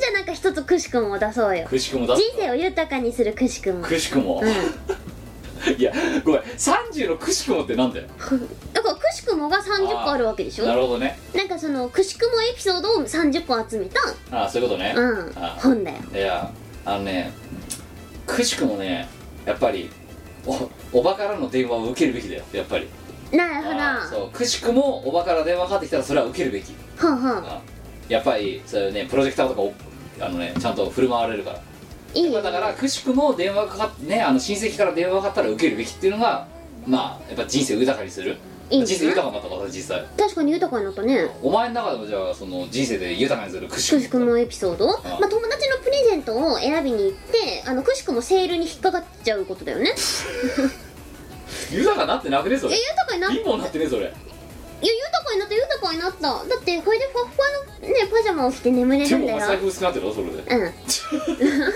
じゃあなんか一つくしくもを出そうよ
くしくもだ
人生を豊かにするくしくも
くしくも、 いやごめん30のくしくもってなんだよ
だからくしくもが30個あるわけでしょ
なるほどね
なんかそのくしくもエピソードを30個集めた、
ああそういうことね、
うん、
ああ
本だよ
いやあのねくしくもねやっぱりおおばからの電話を受けるべきだよやっぱり
な
ああ
る
そうくしくもおばから電話かかってきたらそれは受けるべき
ほどはんはん
あやっぱりそういうねプロジェクターとかをあのねちゃんと振る舞われるから
いい
ま
よ
あだからくしくも電話かかってねあの親戚から電話かかったら受けるべきっていうのがまあやっぱ人生を豊かにする
いいん
人
じゃ
生
ない
豊かになったから実際
確かに豊かになったね
お前の中でもじゃあその人生で豊かにするくしく
く
も
しくもエピソード
あ
まあ、友達のプレゼントを選びに行ってあのくしくもセールに引っかかっちゃうことだよね
豊かになってなくねそ
え
れ
豊かになっい
貧
や
乏になってねそれ
豊かになった豊かになっただってこれでふわふわのねパジャマを着て眠れ
で
るん
もお
だ
前
よ
財布薄くなってるのそれで
うんあ財布は熱くなっ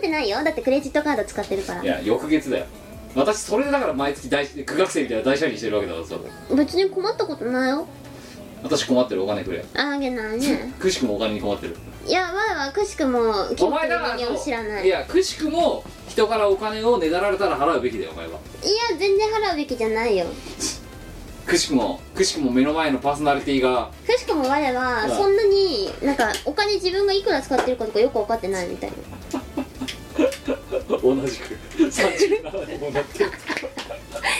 てないよだってクレジットカード使ってるから
いや翌月だよ私それでだから毎月大苦学生みたいな大社員してるわけだからそれ
別に困ったことないよ
私困ってるお金くれ
あげないね
くしくもお金に困ってる
いや前はくしくも
お
金
前
庫
だ
の
から
人間を知らない
い
いや
やくしくも人からお金をねだられたら払うべきだよお前は
全然払うべきじゃないよ
くしくもくしくも目の前のパーソナリティが
くしくも我は
うん
そんなになんかお金自分がいくら使ってるかとかよく分かってないみたいな
同じく37年 もなってる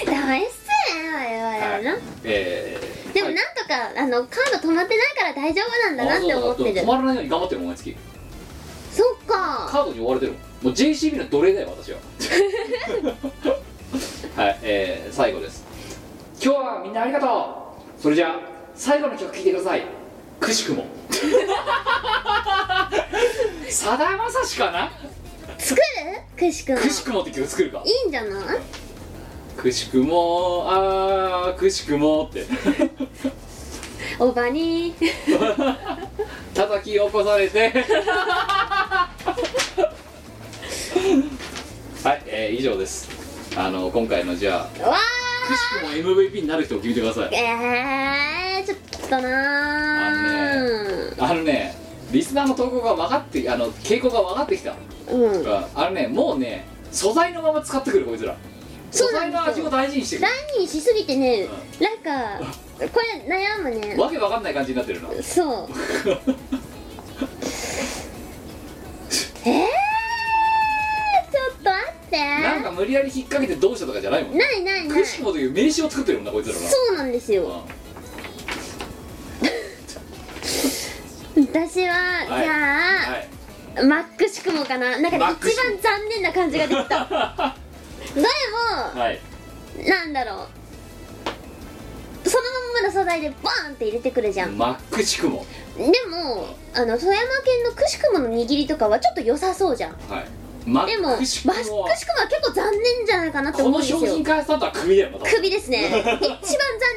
ダメっすね我々な
えー
でも
は
ないんとかあのカード止まってないから大丈夫なんだなって思って
あそうだ止
る
まらないように頑張ってるもん毎月
そっか
カードに追われてるもんもう JCB の奴隷だよ私ははいえー、最後です今日はみんなありがとうそれじゃあ最後の曲聴いてくださいくしくもさだまさしかな
作るくしくも
くしくもって曲作るか
いいんじゃない
くしくもあーくしくもって
おばに
叩き起こされてはい、えー以上ですあの今回のじゃあ
わ
くしくも MVP になる人を決めてくださ
ー
い
えー、ちょっと
あ
なー
あのねリスナーの投稿が分かってあの傾向が分かってきた、
うん
あのねもうね素材のまま使ってくるこいつら素
そうな
材
んですよ
の味を大事にしてく
大事にしすぎてねなんかこれ悩むね
るわけわかんない感じになってる な
そうえー、ちょっと待って
なんか無理やり引っ掛けてどうしたとかじゃないもん
ないないない
くしくもという名詞を作ってるもんなこいつらな
そうなんですよ
うはい
私は、じ
ん
ゃあ、
はい
マックしくもかななんかね
マック
一
シクモ
番残念な感じができ たどれも、
はい
なんだろうそのまんまの素材でバーンって入れてくるじゃん、
マックしくも
でもあの富山県のくしくもの握りとかはちょっと良さそうじゃん
はいマ
でも
ッ
マック
ク
シ
し
ク
く
モ
も
は
は
結構残念じゃないかなって
こ
思
の
うんですよ
商品開発だったらクビだよまた
首ですね一番残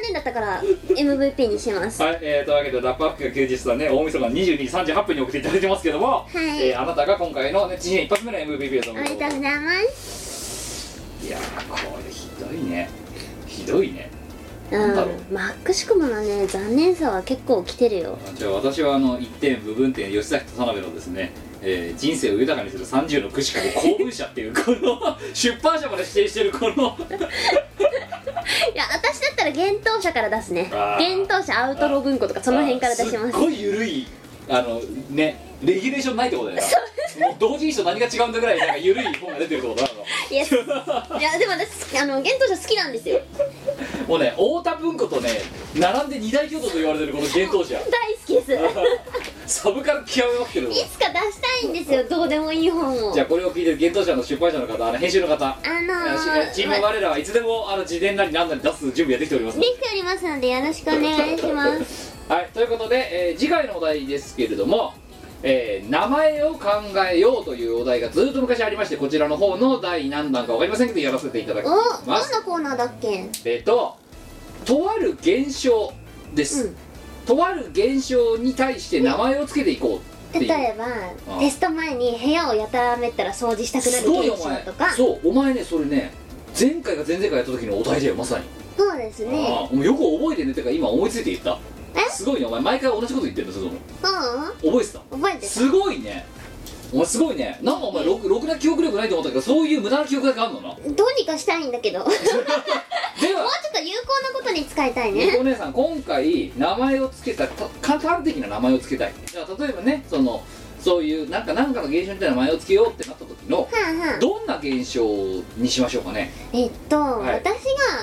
念だったから MVP にします
はい、えー、というわけでラップアップ休日さんね大晦日の22時38分に送っていただいてますけども、
い
えーあなたが今回の、ね、新年一発目の MVP だと
お
思う
めでとうございます
いやーこれひどいねひどいね
うん
んだろ
マックシクモのね残念さは結構きてるよ
じゃあ私はあの一点部分点吉崎と田辺のですね、えー人生を豊かにする30のくしくも公文社っていうこの出版社まで指定してるこの
いや私だったら幻冬舎から出すね
あー
幻冬舎アウトロ文庫とかその辺から出し
あー
ます
っごい緩いあのねレギュレーションないってことだよなもう同人誌と何が違うんだぐらいなんか緩い本が出てるってことだろ
いやいやでも私あの幻冬舎好きなんですよ
もうね太田文庫とね並んで二大巨頭と言われてるこの幻冬者
大好 きです
サブから極めまくってる
いつか出したいんですよどうでもいい本を
じゃあこれを聞いてる幻冬者の出版社の方あの編集の方
あの
あ
ー、
しチーム我らはいつでもあの自伝なり何なり出す準備ができております
リフありますのでよろしくお願いします
はいということで、えー次回のお題ですけれども、えー名前を考えようというお題がずっと昔ありましてこちらの方の第何弾か分かりませんけどやらせていただき
お
ま
どん
す
なコーナーだっけ
えっととある現象です、
うん
とある現象に対して名前をつけていこうって
例
いう
えば
あ
テスト前に部屋をやたらめったら掃除したくな
すごい
る
よ
現
お前
象とかそう
そうお前ねそれね前回か前々回やった時のお題だよまさに、
です
あ
ね
あもうよく覚えてねってか今思いついて言った
え
すごいねお前毎回同じこと言ってるんだそれとも
う
覚えて
ん覚えて
た
る
すごいねお前すごいねなんかお前ろくろくな記憶力ないと思ったけどそういう無駄な記憶だけあんのな
どうにかしたいんだ けどもうちょっ
では
と有効なことに使いたい
みこ
ね
お姉さん今回名前を付けたた簡単的な名前を付けたいじゃあ例えばねそのそういうなんかなんかの現象みたいな名前を付けようってなった時の
はんはん
どんな現象にしましょうかね
えっと、
い
私が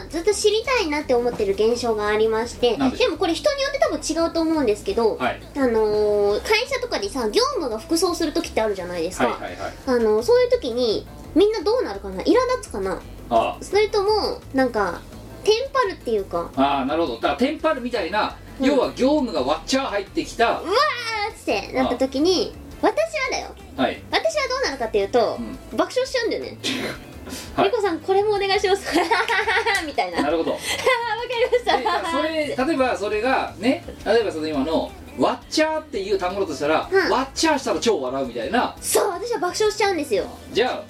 ずっと知りたいなって思ってる現象がありまして
何でし
でもこれ人によって多分違うと思うんですけど、
はい
あのー会社とかでさ業務が服装する時ってあるじゃないです
は
か、
いはいはい
あのそういう時にみんなどうなるかな苛立つかな
あ
それともなんかテンパるっていうか
あああなるほどだからテンパるみたいな、
うん
要は業務がわっちゃ入ってきた、
あーってなった時に私はだよ
はい
私はどうなるかっていうと、
うん
爆笑しちゃうんだよね
はい
リコさんこれもお願いします みたいなあー
な
わか
る ほど
りまし
で
た
それ例えばそれがね例えばその今の「わっちゃ」っていう単語だとしたら「
うん
わっちゃ」したら超笑うみたいな
そう私は爆笑しちゃうんですよ
じゃあ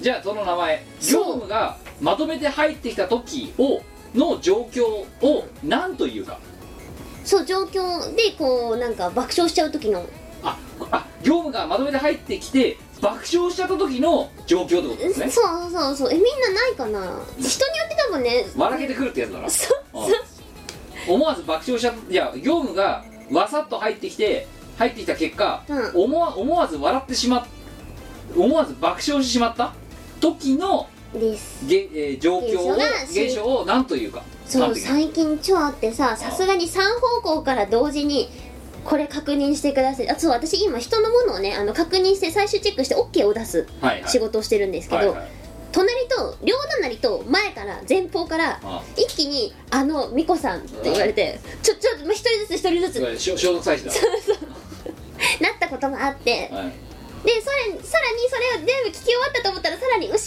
じゃあその名前
そう
業務がまとめて入ってきた時をの状況を何というか
そう状況でこうなんか爆笑しちゃう時の
ああ業務がまとめて入ってきて爆笑しちゃった時の状況ってこと
そう
ですね
そうそうそうえみんなないかな人によって多分ね
笑けてくるってやつだな
そう
うん思わず爆笑しちゃったいや業務がわさっと入ってきて入ってきた結果、
う
思わ思わず笑ってしまっ思わず爆笑してしまった時の
です
げ、えー状況を
現象が
現象を何というか
そ
なん
う
ていうか
最近超あってささすがに3方向から同時にこれ確認してくださいあそう私今人のものをねあの確認して最終チェックして OK を出す
はいはい
仕事をしてるんですけど、
はいはい
隣と両隣と前から前方から
あ
一気に「あの美子さん」って言われて「ちょちょまあ一人ずつ一人ずつ」
いわゆる消消毒祭祀
なったことがあって
だ、はい、
でさらにさらにそれを全部聞き終わったと思ったらさらに後ろか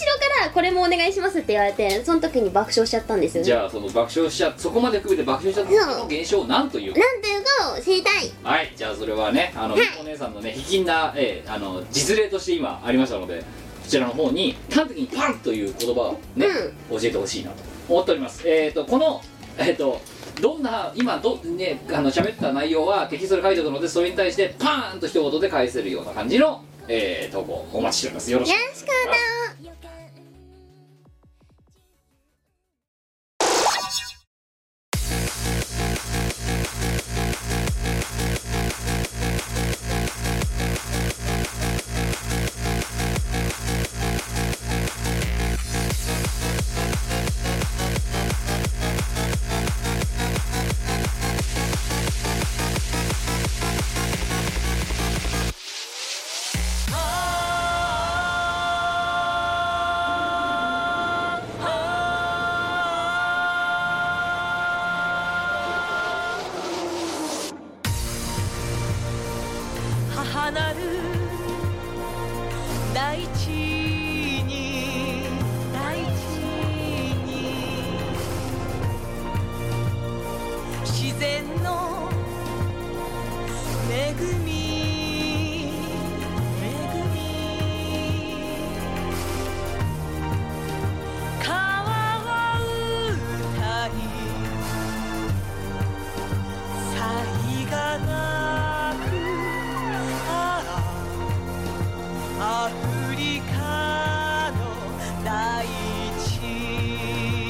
ら「これもお願いします」って言われてその時に爆笑しちゃったんですよ
じ
ね
ゃあその爆笑しちゃそこまで含めて爆笑しちゃった時の現象を何というか
なんていうかを知りたい
はいじゃあそれはねあの、
はい
お姉さんのね卑近な、えーあの実例として今ありましたのでこちらの方に端的に「パン」という言葉をね、教えてほしいなと思っておりますえっ、とこのえっ、とどんな今どねあの喋った内容はテキストで書いてあるのでそれに対してパーンと一言で返せるような感じの、えー投稿お待ちしておりますよろし
よ
く
ろしくお願い
母なる大地に大地に自然の恵み恵み川を歌い才がなくアフリカの大地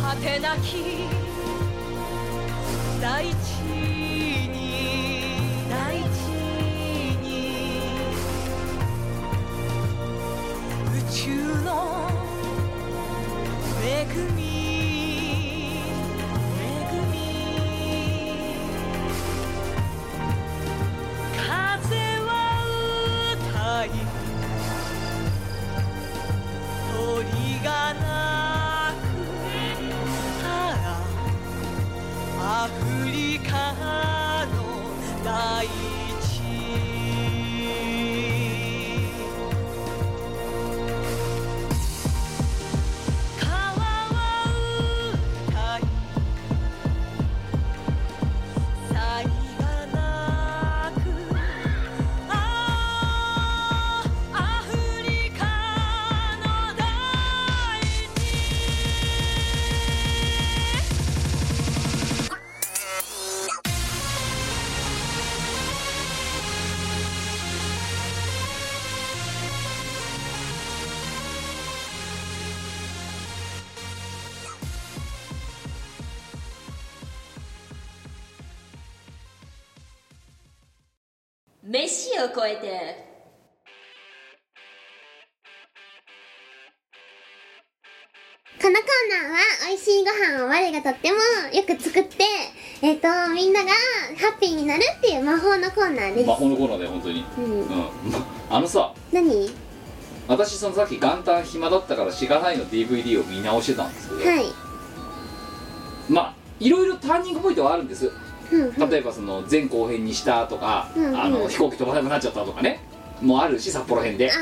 果てなき大地に大地に宇宙の恵み恵み風は歌い鳥が鳴くあらアフリカの大地川は歌い才がなくああアフリカの大地
飯を超えて
このコーナーは美味しいご飯を我がとってもよく作ってえっ、とみんながハッピーになるっていう魔法のコーナーです、
魔法のコーナーで本当に
うん
うんまあのさ
何はい
私そのさっき元旦暇だったからしがないの DVD を見直してたんですけど、まあいろいろターニングポイントはあるんです
うんうん
例えばその前後編にしたとか、
うんうん
あの飛行機飛ばなくなっちゃったとかねもあるし札幌編で
あ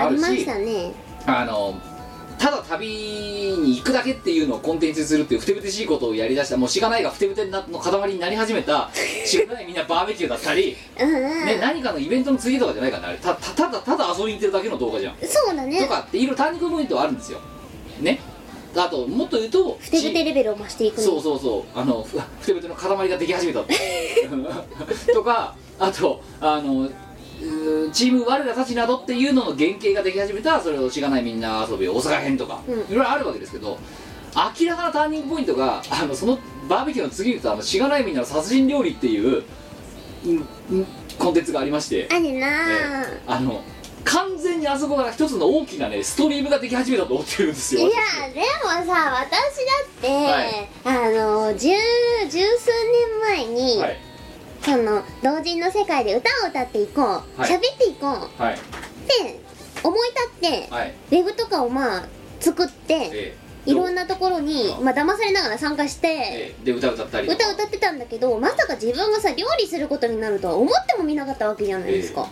あ
あ
あり
るし
ましたね
あのただ旅に行くだけっていうのをコンテンツにするっていうふてぶてしいことをやりだしたもうしがないがふてぶてなの塊になり始め たしがないみんなバーベキューだったり、
うんうん、
ね、何かのイベントの次とかじゃないからねあれたたただただ遊びに行ってるだけの動画じゃん
そうだね
とかっていろいろターニングポイントはあるんですよねあともっと言うと
ふてぶてレベルを増していくの
そうそうそうあのふふてぶての塊ができ始めた とかあとあのうーチーム我らたちなどっていうのの原型ができ始めたそれをしがないみんな遊び大阪編とか、
うん
いろいろあるわけですけど明らかなターニングポイントがあのそのバーベキューの次に言うとあのしがないみんなの殺人料理っていう、うんうんコンテンツがありまして、
あるなあ、
ええあの完全にあそこから一つの大きなねストリームができ始めたと思ってるんですよ
いやでもさ私だって、
はい
あの十十数年前に、
はい
その同人の世界で歌を歌っていこう
はい
喋、っていこうっ
はい
て思い立って、
はい
ウェブとかをまあ作って
ええ
いろんなところに
あ
まあ騙されながら参加して
ええで歌歌ったりとか
歌を歌ってたんだけどまさか自分がさ料理することになるとは思ってもみなかったわけじゃないですか、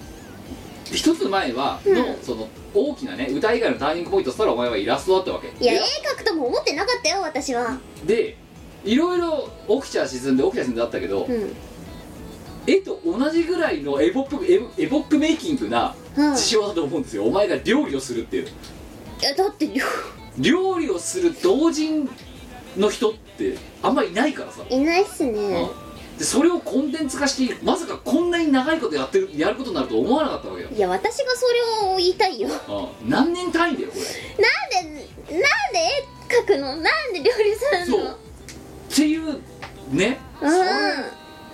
一つ前は
うん
の、その大きなね歌以外のターニングポイントとしたらお前はイラストだったわけ
いや絵描くとも思ってなかったよ私は
でいろいろ起きちゃ沈んで起きちゃ沈んでだったけど、
うん
絵と同じぐらいのエポックエポエポックメイキングな
うん
事象だと思うんですよ、お前が料理をするっていう
いやだって料
料理をする同人の人ってあんまいないからさ、
理いないっすね
でそれをコンテンツ化してまさかこんなに長いことやってるやることになると思わなかったわけよ、
いや私がそれを言いたいよ
うん、何年単位だよこれ
なんでなんで絵描くのなんで料理する
そう
の
っていうね
う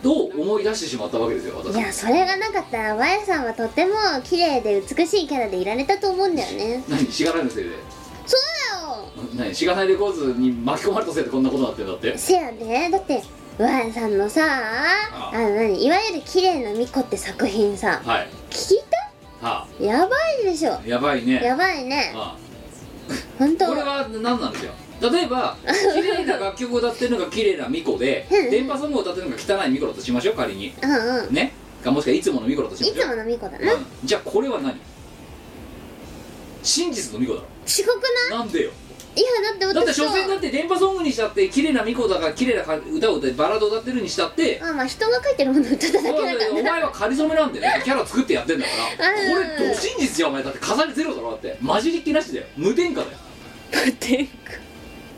と思い出してしまったわけですよ
ん
私
いやそれがなかったらワイさんはとっても綺麗で美しいキャラでいられたと思うんだよね
何しがないのせいで
そう
何しがないレコーズに巻き込まれたせいでこんなことになってんだって
だよせやでだってワイさんのさ
あ
あの何いわゆる綺麗な巫女って作品さ
はい
聞い
は
たやばいでしょ
あやばいね
やばいね
あ
本
あ
当
これは何なんですよ例え ば綺麗な楽曲を歌ってるのが綺麗なミコで
うんうん
電波ソングを歌ってるのが汚いミコだとしましょう仮に
うんうん
ねかもしくはいつものミコだとし
い
まし
つ
ょ
も
う
の巫女だな違く
うんじゃあこれは何真実のミコだ
ない
ろなんでよ
いやだって私
だって所
は
詮だって電波ソングにしたって綺麗なミコだから綺麗なか歌を歌ってバラードを歌ってるにしたって
まあまあ人が書いてるものを歌っただけだから
お
な
前は仮初めなんだよねキャラ作ってやってんだから
うん
これど真実じゃんお前だって飾りゼロだろだって混じりっきなしだよ無添加だよ
無添加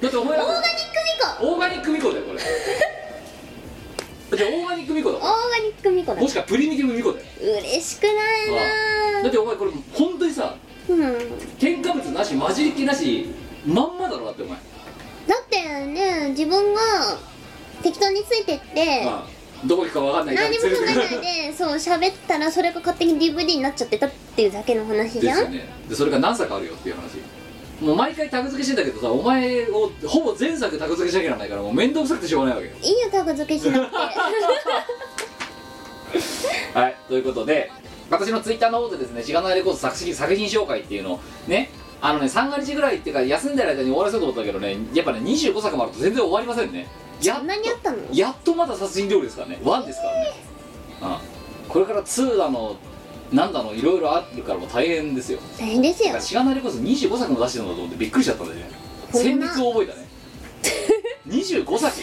だってお前
オーガ
は
ニック巫女
オーガニックミコだよこれだってオーガニックミコだ
オー
もん
ガニック巫女だ
もしくはプリミティブミコだよ
嬉しくないな
だってお前これ本当にさ
うんだ
添加物なし混じりっきなしまんまだろだってお前
ってね自分が適当についてって
ああどこ行くか分かんないから
何にも考え
連れてくる
ないでそう喋ったらそれが勝手に DVD になっちゃってたっていうだけの話じ
で
ゃ
すよ
ん
ねでそれが何作あるよっていう話もう毎回タグ付けしてんだけどさお前をほぼ全作タグ付けしなきゃならないからもう面倒くさくてしょうがないわけよ
いいよタグ付けしなくて
はいということで私のツイッターの方でですねしがないレコード作品作品紹介っていうのをねあのね三が日ぐらいっていうか休んでる間に終わらせようと思ったけどねやっぱね25作もあると全然終わりませんねや
そんなにあったの
やっとまだ殺人料理ですからね1ですからね、ああこれから2だのなんだのいろいろあるからもう大変ですよ
大変ですよ
しがないレコード25作も出してるんだと思ってびっくりしちゃったんだよね
ほ
戦
ん
慄
ま
を覚 えたね25作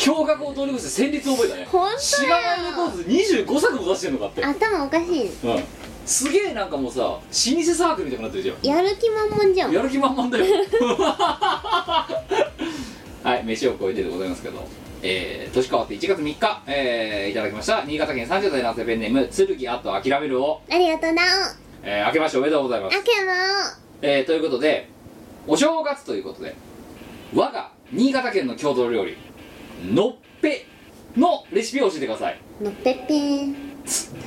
驚愕を通り越して戦慄を覚えたね
本
しがないレコード25作も出してるのかって
当だよ頭おかしい
うんすげえなんかもうさ老舗サークルみたいになってるじゃん
やる気満々じゃん
やる気満々だよ はい飯を超えてでございますけどえー、年変わって1月3日、えー、いただきました新潟県30代男性ペンネーム剣あと諦めるを、
ありがとうな
えー、明けましておめでとうございま
おあ
す、
けま
えー、ということでお正月ということで我が新潟県の郷土料理のっぺのレシピを教えてください
おのっぺっぺー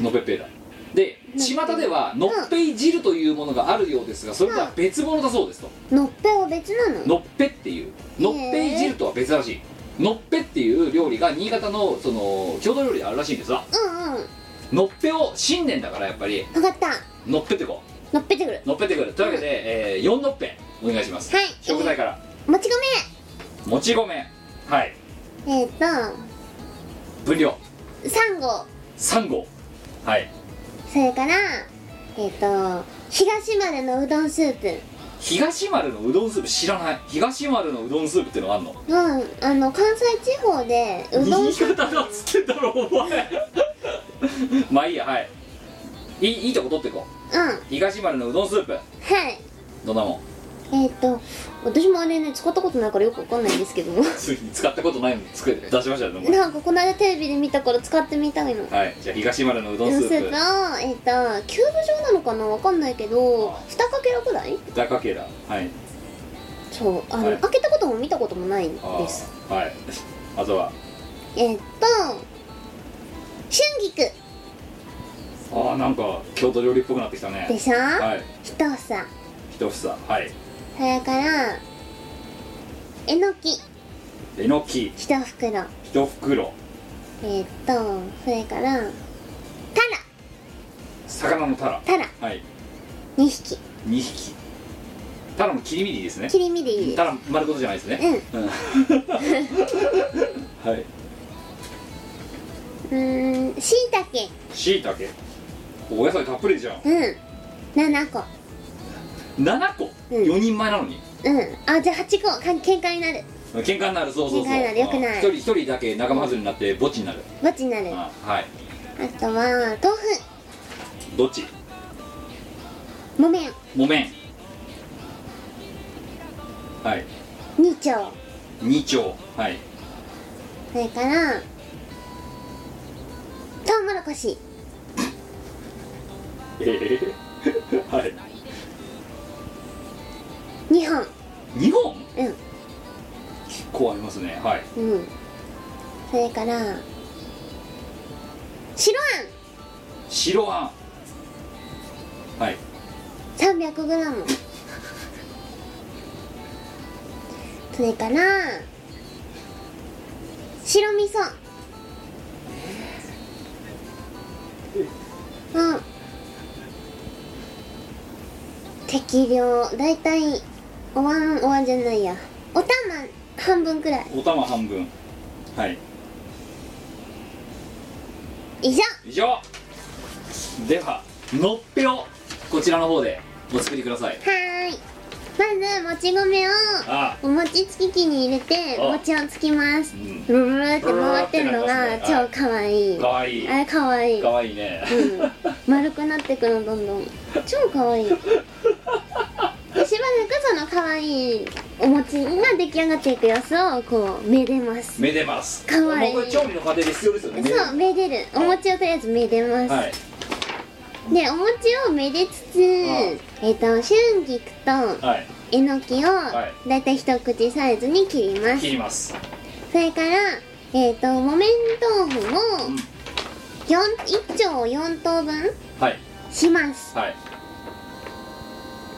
のっぺっぺだで巷ではのっぺい汁というものがあるようですがそれとは別物だそうですと
のっぺは別なの
のっぺっていうのっぺい汁とは別らしいのっぺっていう料理が新潟のその郷土料理であるらしいんですわ
うんうん
のっぺを新年だからやっぱり
分かった
のっぺってこ
のっぺってくる
うのっぺってくるというわけで、えー、4のっぺお願いします、
はい
食材から
もち
もち米はい
米えっ、ー、
分量
とサン
3
ゴ
合はい
それからえっ、と東丸のうどんスープ
東丸のうどんスープ知らない東丸のうどんスープってのがあんの
うんあの関西地方でうどんス
新
ープ
潟だっつってんだろお前まあいいやはいいいいいとこ取っていこう
うんは
東丸のうどんスープ
い
どんなもん
えーっと私もあれね使ったことないからよくわかんないんですけども
ついに使ったことないのに作って出しましたよね
なんかこの間テレビで見たから使ってみたいの
はいじゃあ東丸のうどん
そ
ス
う
ー
する
プ
とえーっとキューブ状なのかなわかんないけど
あ
2かけらぐらい
豚かけらはい
そうあの、
はい
開けたことも見たこともないん
あー
です
はいあとは
えーっと春菊
ああなんか京都料理っぽくなってきたね
でしょ、
はい
ひとさ
一房はい
それからえのき
えのき
一袋
一袋
えーっとそれからタラ
魚のタラ
タラ
はい
2匹
2匹タラの切り身でいいですね
切り身でいいです
タラ丸ごとじゃないですね
うん
うんはいう
ーん、しいたけ、
しいたけお野菜たっぷりじゃん
うん、七個、
7個、
うん
4人前なのに
うん、あ、じゃあ八個、か喧嘩になる、
喧嘩になるそうそうそう
喧嘩になるよくない
あ一人一人だけ仲間外れになって墓地になる、
墓地になる。あ
あはい
とは豆腐、
どっち
木綿、
木綿はい
二丁、
二丁はい
それから。トウモロコシ、
ええはい
二本、
2本
うん、
結構ありますねはい
うん。それから。白あん、
白あんはい
三百グラム。それから。白味噌。うん。適量、だいたい。お椀、お椀じゃないや。お玉半分くらい。
お玉半分はい
以上。
以上ではのっぺをこちらの方でお作りください
はーい。まず、もち米を。
あ
お餅つき機に入れて、
あ
餅をつきます
う。ん
ブルブルって回ってるのが超かわいい。
かわいい
あれかわいい
か。わいいね
うん、丸くなってくのどんどん超かわいいでしばらくそのかわいいお餅が出来上がっていく様子をこうめでます
めでます
かわいい
もうこれ調味の過程で必要ですよね
そうめでるお餅をとりあえずめでます、
はい
でお餅をめでつつ、えっ、と春菊と
はい
えのきを
はい
だいたい一口サイズに切ります
切ります
それからえっ、と木綿豆腐を
うん
1丁4等分
はい
します
はい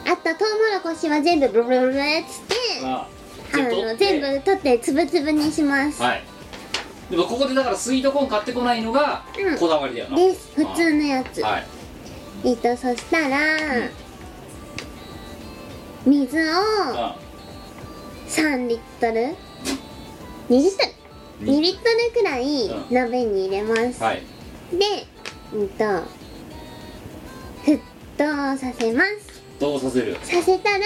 あとトウモロコシは全部ブルブルブルっつって
あ
あの全部取ってつぶつぶにします、
はいでもここでだからスイートコーン買ってこないのが
うん
こだわりだよな、
です普通のやつ、
はい
えっとそしたら、
ん
水を
あ
3リットル2リットル2リットルくらい
うん
鍋に入れます、
はい
でうんと沸騰させます
どうさせる
させたら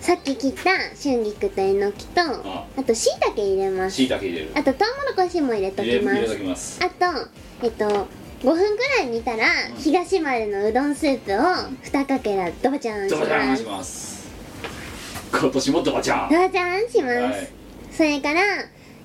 さっき切った春菊とえのきとあとしいたけ入れます
しいたけ入れる
あとトウモロコシも入れと
入
き
れ
ま
入れと
す
きます
あとえっと5分くらい煮たら、東丸のうどんスープを2かけらドバちゃんし
ドバジャ
ま
ンし
すド
ます今年もドバジャン
バちゃんします、
はい
それから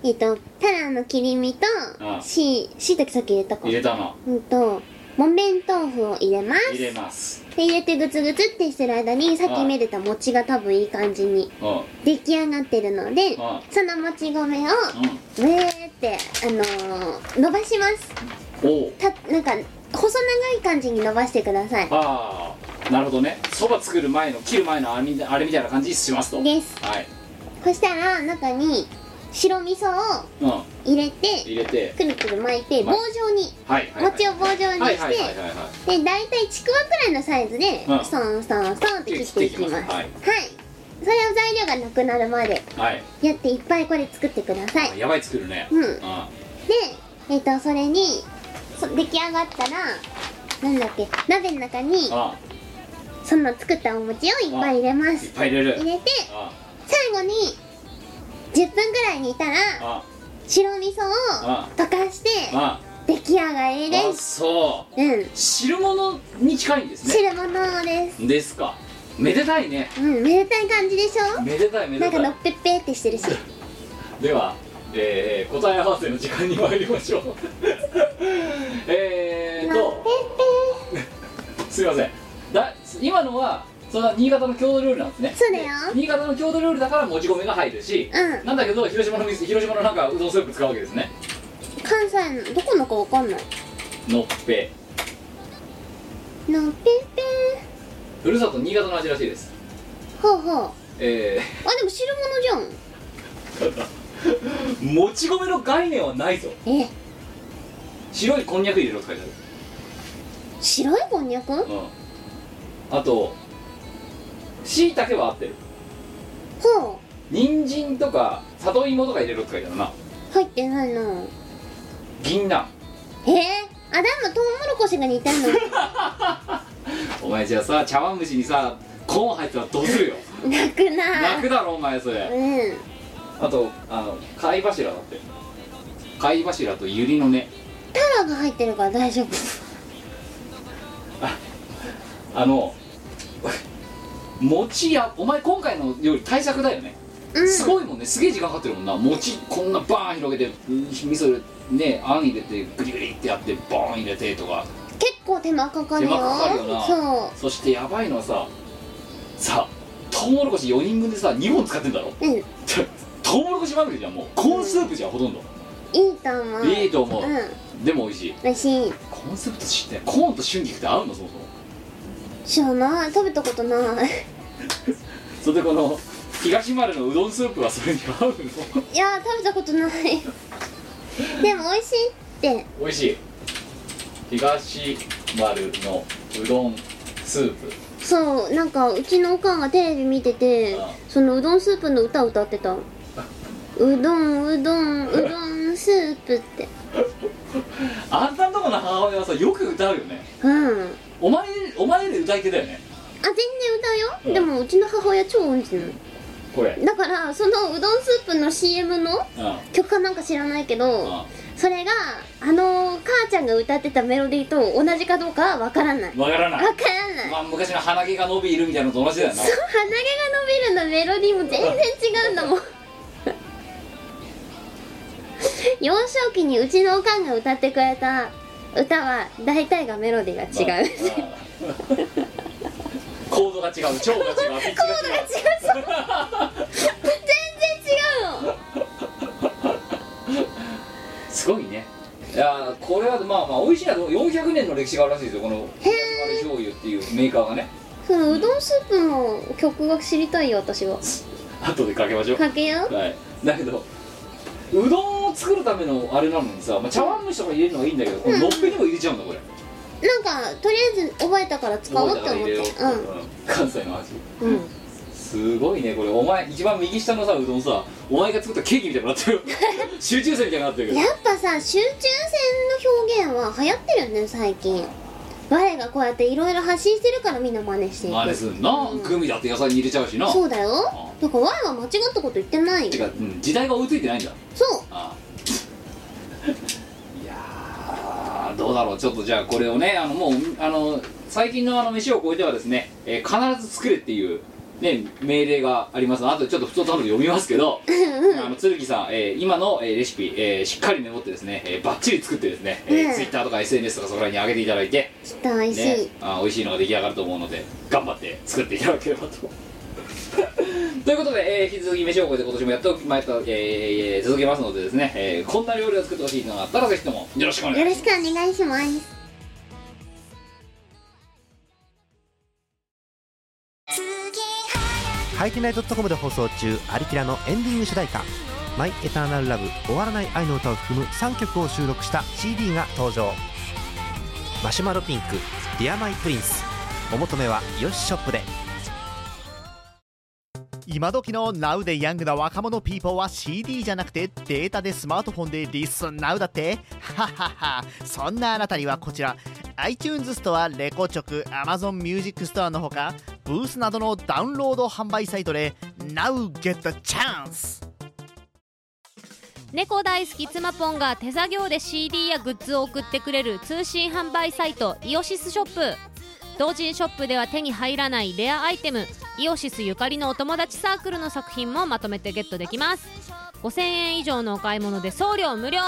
えっとタラの切り身と
うん
ししいたけさっき入れたか
入れたの
うんと木綿豆腐を入れます
入れます
で入れてグツグツってしてる間にさっき茹でた餅が多分いい感じに
うんうん
出来上がってるので
あ
そのもち米をウェーってあのー伸ばします
おう
たなんか細長い感じに伸ばしてください
ああなるほどねそば作る前の切る前のあれみあれみたいな感じにしますと
です
はい
そしたら中に白味噌を
うん
入れ
入
て
れて
くるくる巻いて棒状に
はいはいはい
餅を棒状に
はい
し
はいはいは
て
いは
で大体ちくわくらいのサイズで
うん
ストンストンストンって切っていきます
切っていきます
は
はい
いそれを材料がなくなるまで
いはい
やっていっぱいこれ作ってください
あやばい作るね
うん
うん
でえっ、とそれにそ出来上がったらなんだっけ鍋の中に
あ
その作ったお餅をいっぱい入れま
いっ
す
ぱい入れ
入
る
れて
あ
最後に10分ぐらい煮たら
あ
白味噌を
あ
溶かして
あ
出来上がりで
あ
す
そう
うん
汁物に近いんですね
汁物です
ですかめでたいね
うんめでたい感じでしょ
めでたいめ
な
で
ん
た
かの
い
っぺっぺってしてるし
では、えー答え合わせの時間に参りましょう えー
今
っ
ぺっ
とすいませんだ今のはそれは新潟の郷土料理なんですね
そうだよ
で新潟の郷土料理だからもち米が入るし、
うん
なんだけど広島の水広島のなんかうどんスープ使うわけですね
ぺ関西のどこのかわかんない
のっぺ
のっぺっぺ
ふるさと新潟の味らしいです
ほうほう
え
あでも汁物じ
ー、 もち米の概念はないぞ
ゃんえ
白いこんにゃく入れろって書いて
白いこんにゃくほ
あるうんあとしいたけは合ってる
う
人参とか里芋とか入れろって書いてあるな
入ってないの
銀杏
えー、あでもトウモロコシが似てん の
お前じゃあさ茶碗蒸しにさコーン入ってたらどうするよ
泣くな
泣くだろお前それ
うん
あとあの貝柱だって貝柱とユリの根
タラが入ってるから大丈夫
あの餅やお前今回の料理対策だよね
うん
すごいもんねすげえ時間かかってるもんな餅こんなバーン広げてうん味噌ねあん入れてグリグリってやってボーン入れてとか
結構手間かかるよ
手間かかるよな
そ
そしてやばいのはささトウモロコシ4人分でさ2本使ってんだろ
ううんい
トウモロコシまみれじゃんもうコーンスープじゃんほとんど、
いと思う
いいと思う、
うん
でも美味しい
美味しい
コーンスープと知ってコーンと春菊って合うのそもそも
知らない食べたことない
それでこの東丸のうどんスープはそれに合うの
いやー食べたことない でも美味しいって
美味しい東丸のうどんスープ
そうなんかうちのおかんがテレビ見てて
ああ
そのうどんスープの歌を歌ってたうどんうどんうどんスープって
あんたんとこの母親はさよく歌うよね
うんあ
お前お前で歌い手だよね
全然歌うよでもうちの母親超音痴なの
これ
だからそのうどんスープの CM の
うんうん
曲かなんか知らないけどそれがあの母ちゃんが歌ってたメロディーと同じかどうかはわからない
わから
わ
ない
からない
まあ昔の鼻毛が伸びるみたいなのと同じだよな
そう鼻毛が伸びるのメロディーも全然違うんだもん幼少期にうちのおかんが歌ってくれた歌は大体がメロディーが違う、
うんコードが違う腸が違うピッチが違う
コードが違うそう 全然違うの
すごいねいやーこれはまあまあ美味しいなと400年の歴史があるらしいですよこの丸醤油っていうメーカーがね
そのうどんスープの曲が知りたいよ私は
後でかけましょう
かけよう
はいだけどうどんを作るためのあれなのにさ、まあ、茶碗蒸しとか入れるのはいいんだけどこののっぺにも入れちゃうんだこれ
なんかとりあえず覚えたから使おうって思って
うん関西の味
うんうん
すごいねこれお前一番右下のさうどんさお前が作ったケーキみたいになっ てる集中線みたいになってるけど
やっぱさ集中戦の表現は流行ってるよね最近我がこうやっていろいろ発信してるからみんな真似していく
あれすんな、グミだって野菜に入れちゃうしな
そうだよ
あ
だから我は間違ったこと言ってない
て
よ
か、うん、時代が追いついてないんだ
そ
ああいやーどうだろうちょっとじゃあこれをねあのもうあの最近のあの飯を超えてはですね、えー必ず作れっていうね命令がありますあとちょっと普通多分読みますけどあの鶴木さん、えー今の、えーレシピ、えーしっかりメモってですね、えー、バッチリ作ってですね、えー
うん
Twitter とか SNS とかそこら辺に上げていただいて
うきっと美味しい、
ね、あ美味しいのが出来上がると思うので頑張って作っていただければと ということで、えー引き続き飯を超えて今年もやっておきまえーえー続けますのでですね、えーこんな料理を作ってほしいのがあったらぜひともよろしくお願いし
よ
ま
ろ
す
しくお願いします
ハイテナイドットコムで放送中「アリキラ」のエンディング主題歌「マイ・エターナル・ラブ終わらない愛の歌」を含む3曲を収録した CD が登場マシュマロピンク「ディア・マイ・プリンス」お求めはよしショップで
今時の Now でヤングな若者ピーポーは CD じゃなくてデータでスマートフォンでリスン Now だってはははそんなあなたにはこちら iTunes ストア、レコチョク、Amazon Music ストアのほかブースなどのダウンロード販売サイトで Now get the chance!
猫大好き妻ぽんが手作業で CD やグッズを送ってくれる通信販売サイトイオシスショップ同人ショップでは手に入らないレアアイテムイオシスゆかりのお友達サークルの作品もまとめてゲットできます5000円以上のお買い物で送料無料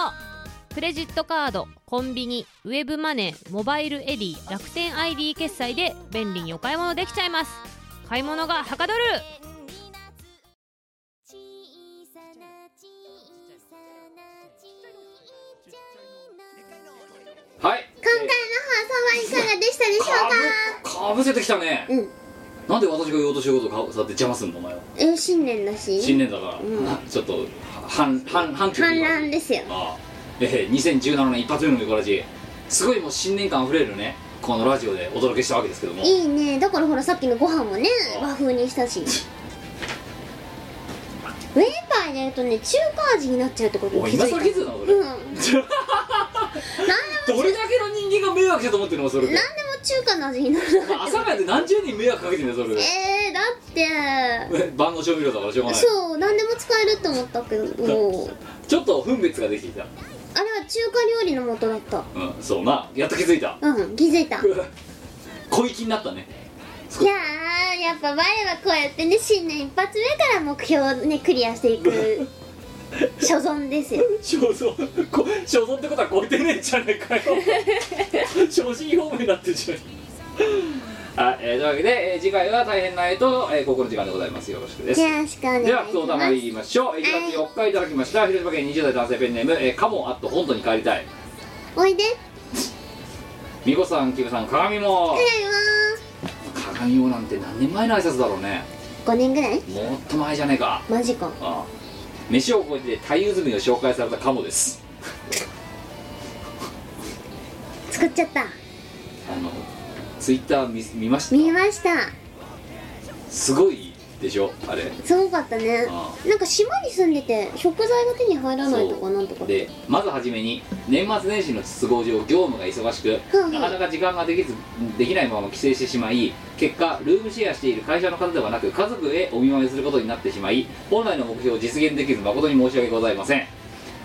クレジットカードコンビニウェブマネーモバイルエディ楽天 ID 決済で便利にお買い物できちゃいます買い物がはかどる
はい
今回の放送はいかがでしたでしょうか
かぶせてきたね、
うん
なんで私が言おうとしてることをかだって邪魔すんのお前は
えー新年だし
新年だから、
うん
なちょっと反反反響
反乱ですよ
ああええ2017年一発目のミコラジすごいもう新年感あふれるねこのラジオでお届けしたわけですけども
いいねだからほらさっきのご飯もね和風にしたしウェーパー入れるとね中華味になっちゃうってことに
お
気
い
づいた
今更気づいたのそれ、
うん
ど
何でも
れだけの人間が迷惑したと思ってるのそれ
何でも中華の味になるな
まあ朝からで何十人迷惑かけてんだよそれ
えー、だって
で万能調味料だからしょうがない
そう何でも使えるって思ったけど
ちょっと分別ができてきた
あれは中華料理の元だった
うんそうなやっと気づいた
うん気づいたい
小粋になったね
やーやっぱ我はこうやってね新年一発目から目標をねクリアしてい く所存ですよ
肖像こ肖像ってことは超えてねえじゃねえかよ正真表明になってんじゃねえはい、えー、というわけで、えー次回は大変な絵と、えー、ここの時間でございますよろしくです
よろしくお願いし
では、普通
ま
まい
す
りましょう。1月4日いただきました。広島県20代男性ペンネーム、えー、カモンアット本土に帰りたい。
おいで
美子さん、キムさん、鏡も
ただ。いま
鏡もなんて何年前の挨拶だろうね。
ー5年ぐらい
もっと前じゃねえか。
マジか
ああ飯を超えて太夫積みを紹介されたカモです。
作っちゃった
あの、ツイッター見見ました
見えました
すごいでしょ、あれ。
すごかったね
あ
なんか島に住んでて食材が手に入らないと
そ
か
う
なんとか
でまずはじめに年末年始の都合上業務が忙しく
うんうん
なかなか時間ができずできないまま帰省してしまい結果ルームシェアしている会社の方ではなく家族へお見舞いすることになってしまい本来の目標を実現できず誠に申し訳ございません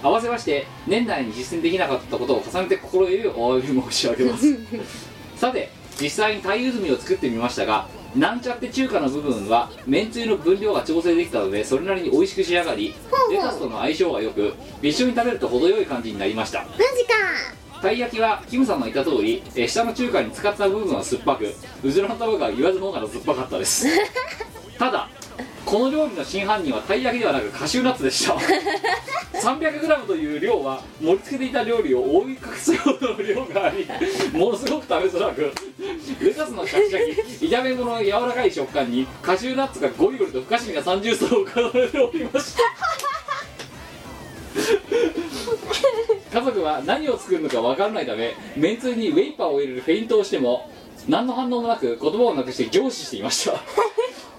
合わせまして年内に実践できなかったことを重ねて心よりお詫び申し上げます さて実際に鯛ゆずみを作ってみましたがなんちゃって中華の部分はめんつゆの分量が調整できたのでそれなりに美味しく仕上がり
うほう
レタスとの相性が良く一緒に食べると程よい感じになりました
マジか
たい焼きはキムさんの言った通りえー下の中華に使った部分は酸っぱくうずらの卵は言わずもがな酸っぱかったですただこの料理の真犯人はたい焼きではなくカシューナッツでした 300g という量は盛り付けていた料理を覆い隠すほどの量がありものすごく食べづらくレタスのシャキシャキ炒め物の柔らかい食感にカシューナッツがゴリゴリと不可思議な三重層を重ねておりました家族は何を作るのか分からないためめんつゆにウェイパーを入れるフェイントをしても何の反応もなく言葉をなくして凝視していました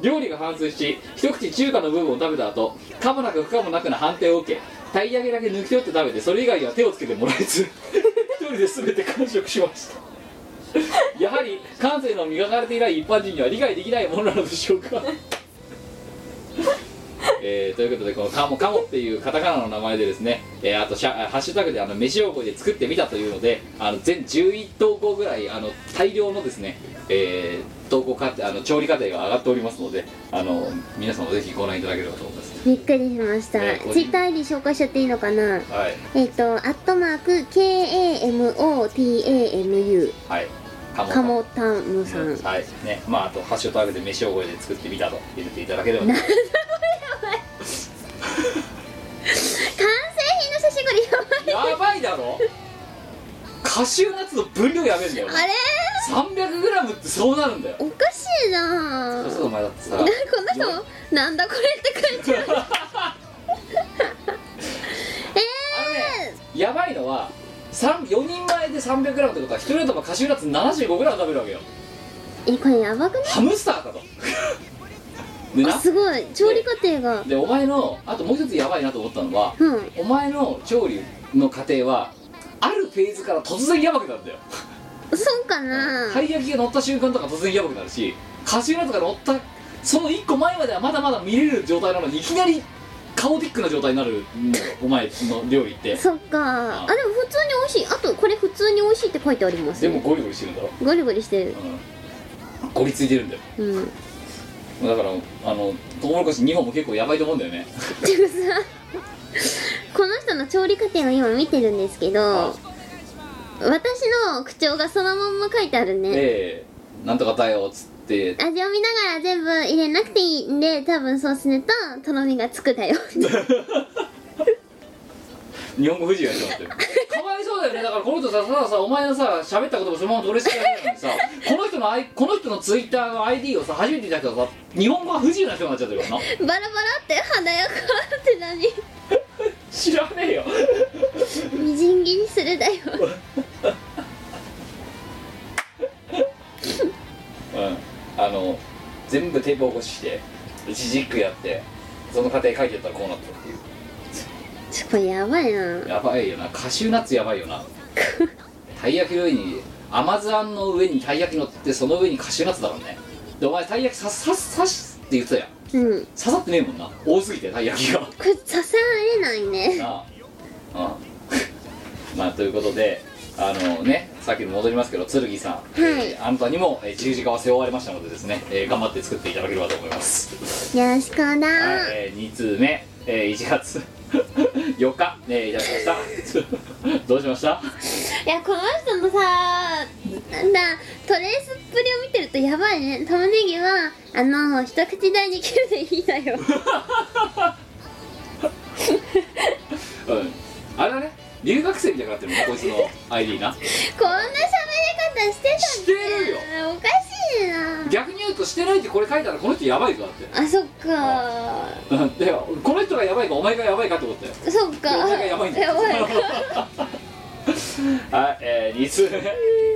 料理が反芻し一口中華の部分を食べた後かもなく不可もなくな判定を受けたい揚げだけ抜き取って食べてそれ以外には手をつけてもらえず一人で全て完食しましたやはり感性の磨かれていない一般人には理解できないものなのでしょうかえーということでこのカモカモっていうカタカナの名前でですね、えーあとシャハッシュタグであの飯をこで作ってみたというのであの全11投稿ぐらいあの大量のですね、えー投稿かあの調理過程が上がっておりますのであの皆さんもぜひご覧いただければと思います
びっくりしました、
ねこれ
ツイッター ID 紹介しちゃっていいのかな
はい
えっ、とアットマーク KAMOTAMU
はいカモ
カモタムさん
はいねまああとハッシュタグで飯をこで作ってみたと入れていただければ と
完成品の写真これやばい
やばいだろカシューナッツの分量やべえんだよ
あれ
300g ってそうなるんだよ
おかしいじゃ
そ
んな
うそうお前だってさ
この人もなんだこれって 書いてある
あのねやばいのは4人前で 300g ってことは1人頭カシューナッツ 75g 食べるわけよ
えこれやばくない
ハムスターかとで
あ
な
すごい調理過程が
でお前のあともう一つやばいなと思ったのは
うん
お前の調理の過程はあるフェーズから突然やばくなるんだよ
そうかな、
たい焼きが乗った瞬間とか突然やばくなるしカシューナッツが乗ったその1個前まではまだまだ見れる状態なのにいきなりカオティックな状態になるのよお前の料理って
そっかあでも普通に美味しいあとこれ普通に美味しいって書いてあります
で
ね
もゴリゴリしてるんだろ
ゴリゴリしてる
うんゴリついてるんだよ
うん
だからあのトウモロコシ2本も結構やばいと思うんだよね
てかさこの人の調理過程を今見てるんですけど私の口調がそのまんま書いてあるね
でなんとかだよっつって
味を見ながら全部入れなくていいんで多分そうするととろみがつ くだよ
日本語不自由やってもらってるかわいそうだよねだからこの人さたださお前のさ喋ったこともそのまま取り付けられる のにさこの人のアイこの人のツイッターの ID をさ初めて見た人がさ日本語が不自由な人になっちゃってるからな
バラバラって華やかって何
知らねえよ
みじん切りす るだよ
うんあの全部テープ起こしして一字一句やってその過程書いてったらこうなったっていう
ちょこれやばいな
やばいよなカシューナッツやばいよ なたい焼きの上に甘酢あんの上にたい焼き乗ってその上にカシューナッツだからねでお前たい焼きさささしって言ってたやん
う
刺
ん
さってねえもんな多すぎてたい焼きがな
これ刺されないね
ああ まあということであのねさっきに戻りますけど剣さん、えーあんたにも、えー十字架は背負われましたのでですね、えー頑張って作っていただければと思います
よろしくな
はい、え2通目、えー1月4日、えーいただきました どうしました
いやこの人のさなんだトレースっぷりを見てるとやばいね玉ねぎはあの一口大に切るでいいだ よ
うんあれだね留学生みたいになってるのこいつの ID な
こんな喋り方してたっ
してるよ
おかしいな
逆に言うとしてないってこれ書いたらこの人やばいぞだって
あそっか
うん だよこの人がやばいかお前がやばいかってことだよ
そっか
お前がやばいんだよ
や ばいか
はい、えー、2通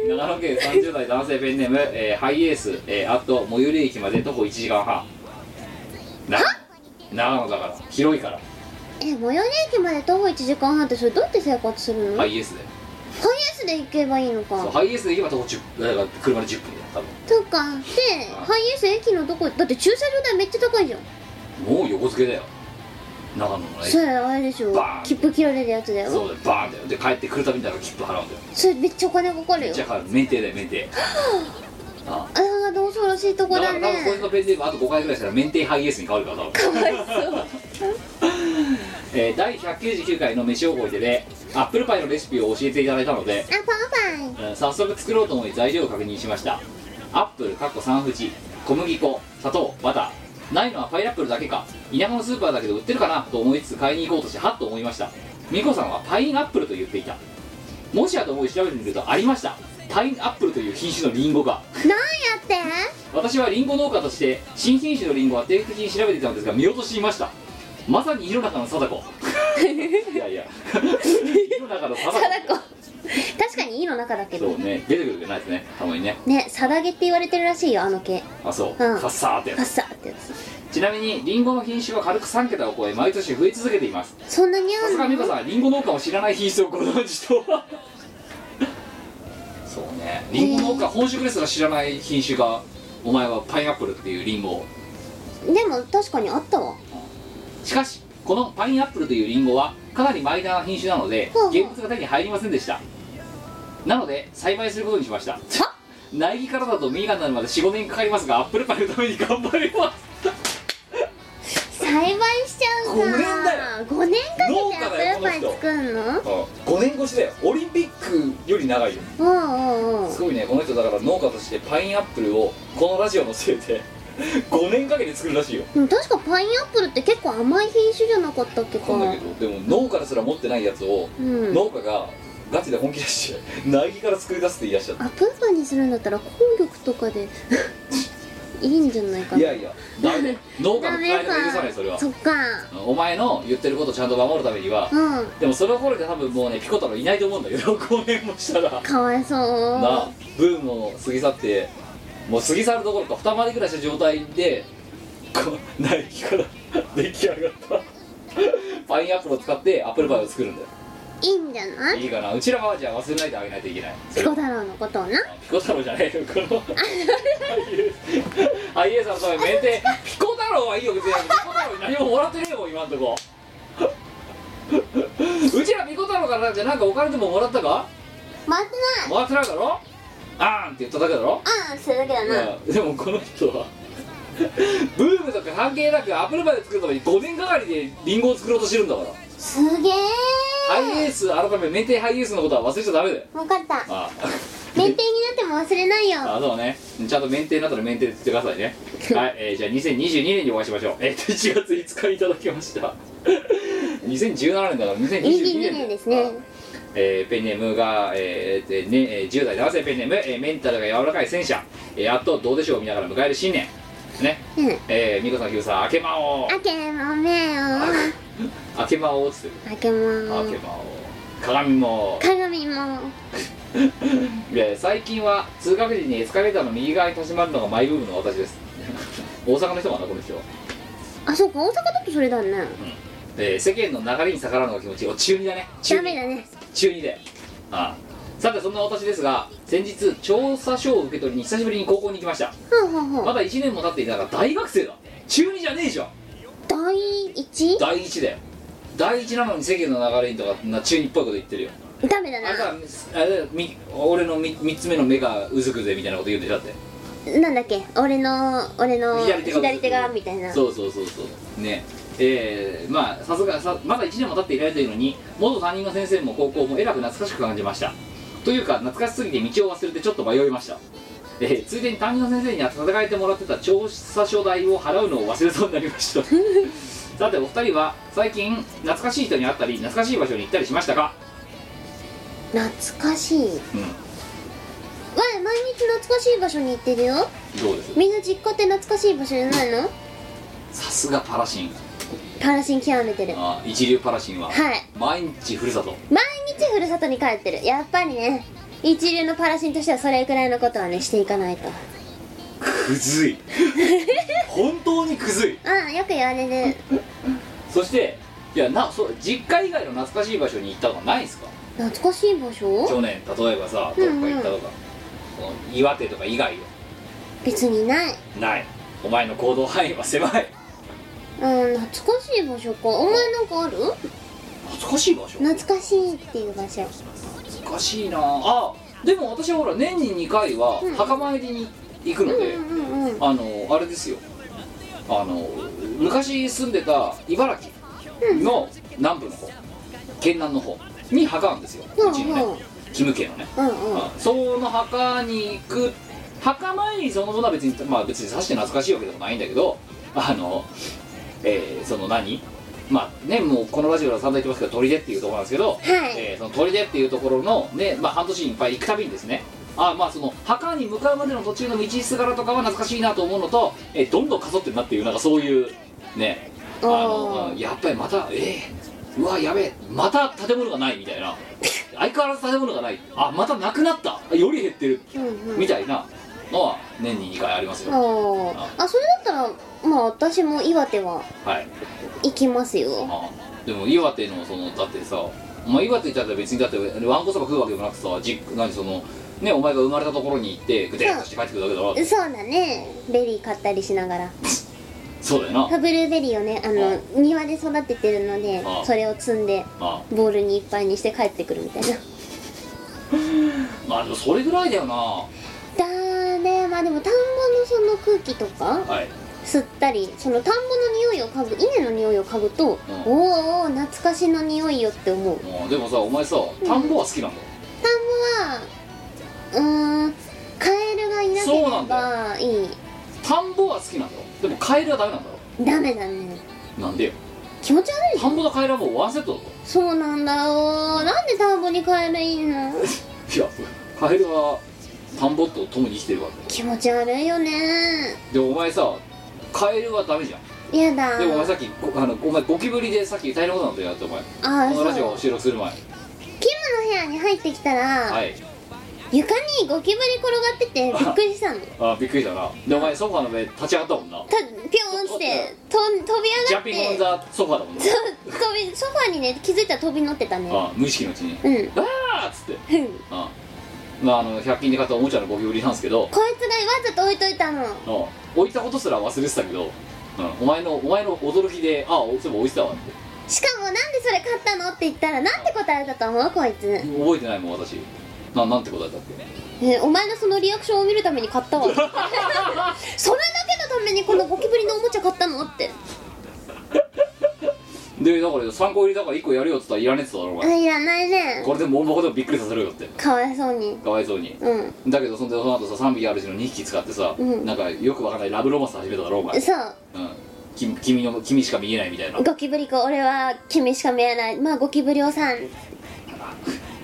目長野県30代男性ペンネーム、えーハイエース、えーあと最寄り駅まで徒歩1時間半な長野だから広いから
え最寄り駅まで徒歩1時間半ってそれどうやって生活するの、
ハ
ハイエ
イエースで
ースで行けばいいの
そう
か
ハイエースで行けば徒歩10だから車で10分だよ多分
そっかでハイエース駅のどこだって駐車場代めっちゃ高いじゃん
もう横付けだよ長野のね
それあれでしょ
バーン
切符切られるやつだよ
そうだよバーンだよで帰ってくるたびにだから切符払うんだよ
それめっちゃお金かかるよ
じゃあ免停だよ免停あ
あなんか恐ろしいとこ
だから
だ
多分こいつ
ね
のペンネームあと5回ぐらいしたら免停ハイエースに変わるから多分かわいそうえー、第199回の飯を覚えてでアップルパイのレシピを教えていただいたので
あ、パンパ
うん早速作ろうと思い材料を確認しましたアップルかっこ3縁小麦粉砂糖バターないのはパイナップルだけか田舎のスーパーだけど売ってるかなと思いつつ買いに行こうとしてはっと思いました美子さんはパイナップルと言っていたもしやと思い調べてみるとありましたパイナップルという品種のリンゴが
ンなんやっ
私はリンゴ農家として新品種のリンゴは定期的に調べていたのですが見落としていましたまさに世の中の 貞子いやいや世の中の貞
貞て確かにいいの中だけ
そ
ど
うね出てくるじゃないですねたまにね
ねサダゲって言われてるらしいよあの毛
あそう、
うん
カッサーってや
パッ
つ
サーってやつ
ちなみにリンゴの品種は軽く3桁を超え毎年増え続けています
そんなに
さすが
合う
美
の
子さんはリンゴ農家を知らない品種をご存知とはそうねリンゴ農家本職ですら知らない品種がお前はパイナップルっていうリンゴを
でも確かにあったわ
しかしこのパイナップルというリンゴはかなりマイナーな品種なので
ほうほう
現物が手に入りませんでしたなので栽培することにしました苗木からだと実がなるまで45年かかりますがアップルパイのために頑張ります
栽培しちゃうか
五年だよ
5年
農
か
家
け
だ
て
よ
アップルパイ作んの
5年越しだよオリンピックより長いよ
うんうんうん
すごいねこの人だから農家としてパインアップルをこのラジオのせいで5 年かけて作るらしいよ
でも確かパインアップルって結構甘い品種じゃなかったっけか
こんだけどでも農家ですら持ってないやつを
うん
農家がガチで本気出して苗木から作り出すって言い出しちゃった
アップルパイにするんだったら紅玉とか でいいんじゃないかない
やいやダメ農家の
ダ
プ
メ
ライ
か
ドが許さないそれは
そっか
お前の言ってることをちゃんと守るためには
うん
でもその頃で多分もうねピコ太郎いないと思うんだけど5年 もしたらな
かわいそう
あブームを過ぎ去ってもう過ぎ去るどころか二回りぐらいした状態でこうナイキから 出来上がったパインアップルを使ってアップルパイを作るんだよ
いいんじゃない
いいかなうちらはじゃあ忘れないであげないといけないそ
ピ
れ
コ
は
太郎のことをな
ピコ太郎じゃないよこのハイエースのため免停ピコ太郎はいいよ別にピコ太郎に何ももらってねえもん今んとこうちらピコ太郎からなんてなんかお金でももらったか
待って
もらってないだろあーんって言っただけだろ
うんそれだけだな
うんでもこの人はブームとか関係なくアップルパイで作るのに5年がかりでリンゴを作ろうとしてるんだから
すげ
ハ
え
イエース改めメンテハイエースのことは忘れちゃダメだよ
分かった
あ
免停になっても忘れないよ
ああそうねちゃんと免停になったら免停って言ってください ねはい、えーじゃあ2022年にお会いしましょうえっと1月5日いただきました 2017年だから2022
22
年
年ですね
えーペンネームが、えーえーねえー10代男性ペンネーム、えーメンタルが柔らかい戦車、えーやっとどうでしょうを見ながら迎える新年ね
うん
えー、美子さん、ひぶさん、あけまおう
あけまめよ
あけまおうっつって
あけ
るあ
ま
けまおう鏡も
鏡も
で最近は通学時にエスカレーターの右側に立ち回るのがマイブームの私です 大阪の人かなこの人は、
あそうか大阪だとそれだね
えー世間の流れに逆らうのが気持ちいいお中二だね中
ダ
二
メだね
中二でああさてそんな私ですが先日調査書を受け取りに久しぶりに高校に行きました
ほうほうほ
ま
う
だ1年も経っていながら大学生だ中2じゃねえじゃん
第一
第1だよ第1なのに世間の流れにとかな中2っぽいこと言ってるよ
ダメだ
あれ
な
だあれだみ俺の 3, つ目の目がうずくぜみたいなこと言うんでしょだって
なんだっけ俺の俺の
左手が
左手がみたいな
そうそうそうそうねえー、まあさすがさまだ1年も経っていないというのに元担任の先生も高校もえらく懐かしく感じましたというか懐かしすぎて道を忘れてちょっと迷いましたえーついでに担任の先生に戦えてもらってた調査書代を払うのを忘れそうになりました さてお二人は最近懐かしい人に会ったり懐かしい場所に行ったりしましたか
懐かしいわ
うん
い毎日懐かしい場所に行ってるよ
どうです
みんな実家って懐かしい場所じゃないの
さすがパラシン
パラシン極めてるは
あー一流パラシンはい毎日ふるさと
毎日ふるさとに帰ってるやっぱりね一流のパラシンとしてはそれくらいのことはねしていかないと
くず い本当にくずい
うんよく言われる
そしていやなそう実家以外の懐かしい場所に行ったとかないんすか
懐かしい場所
去年例えばさ
う
ど
ん
っ
う
か
ん
行ったとか、その岩手とか以外よ
別にない
ないお前の行動範囲は狭い
うん懐かしい場所かお前なんかある
懐かしい場所
懐かしいっていう場所
懐かしいなあでも私はほら年に2回は
うん
墓参りに行く
う
の
ん
で、
うんうん
あのあれですよあの昔住んでた茨城の南部の方県南の方に墓なんですよ
うん
うちのねキム家のね
うんうんうん
その墓に行く墓参りそのものは別にまあ別にさして懐かしいわけでもないんだけどあのえーその何まあねもうこのラジオでは散々言ってますけど砦っていうところなんですけど、えーその砦っていうところのねまあ半年にいっぱい行くたびにですねあまあその墓に向かうまでの途中の道すがらとかは懐かしいなと思うのと、えーどんどんかそってるなっていうなんかそういうねあの
おー
やっぱりまたえー、うわやべえまた建物がないみたいな相変わらず建物がないあまたなくなったあより減ってる
うんうん
みたいなのは年に2回ありますよ、
おーあそれだったらまあ私も岩手は
はい
行きますよ
あでも岩手のそのだってさお前岩手行ったら別にだってワンコとか食うわけでもなくさじ何そのねお前が生まれたところに行ってグデッとして帰ってくるだけだろ、
そうだねベリー買ったりしながら
そうだよな
ブルーベリーをねあの庭で育ててるので
あ
それを摘んで
あ
ボールにいっぱいにして帰ってくるみ たいな
まあでもそれぐらいだよなは
だーねまあでも田んぼのその空気とか
い
吸ったりその田んぼの匂いを嗅ぐ稲の匂いを嗅ぐと、
うん
おーおー懐かしの匂いよって思う
もうでもさお前さ田んぼは好きなんだ、
田んぼはうーんカエルがいなけ
そうな
れ
んだ
ばいい
田んぼは好きなんだろでもカエルはダメなんだろ
ダメだね
なんでよ
気持ち悪い
田んぼとカエルはもうワンセットだぞ
そうなんだよなんで田んぼにカエルいいの
いやカエルは田んぼと共に生きてるわ
気持ち悪いよね
けでもお前さカエルはダメじゃん
やだ
でもお前さっきごあのお前ゴキブリでさっき大変なことなんだよだってお前こ
ああそ
の
う
ラジオ収録する前
キムの部屋に入ってきたら、
はい
床にゴキブリ 転がっててびっくりしたのた
あびっくりしたなでお前ソファーの上立ち上がったもんな
ピョーンってと飛び
ジ
上
ャ
がっ
ンピングオン
て
ザソファーだもんな
そう飛びソファにね気づいたら飛び乗ってたね
あ無意識のうちに
うん
「あーっつって
こい
あまああの100均で買ったおもちゃのゴキブリなんですけど
つがわざと置いといたの
あ置いたことすら忘れてたけど、うん、お前のお前の驚きで「あそういえば置いてたわ」って
しかもなんでそれ買ったのって言ったらなんて答えたと思うこいつ
覚えてないもん私ななんて答えたっけ
えーお前のそのリアクションを見るために 買ったわ それだけのためにこのゴキブリのおもちゃ買ったのって
でだから参考入りだから1個やるよっつったらいらねえっつっただろお
あ
前
いらないね
これでも僕でもびっくりさせるよって
かわいそうに
かわいそうに
うん
だけどそんでその後さ3匹あるうちの2匹使ってさ、
うん
なんかよくわかんないラブロマンス始めただろお前、
そう
うん、き君の君しか見えないみたいな
ゴキブリか俺は君しか見えないまあゴキブリお さん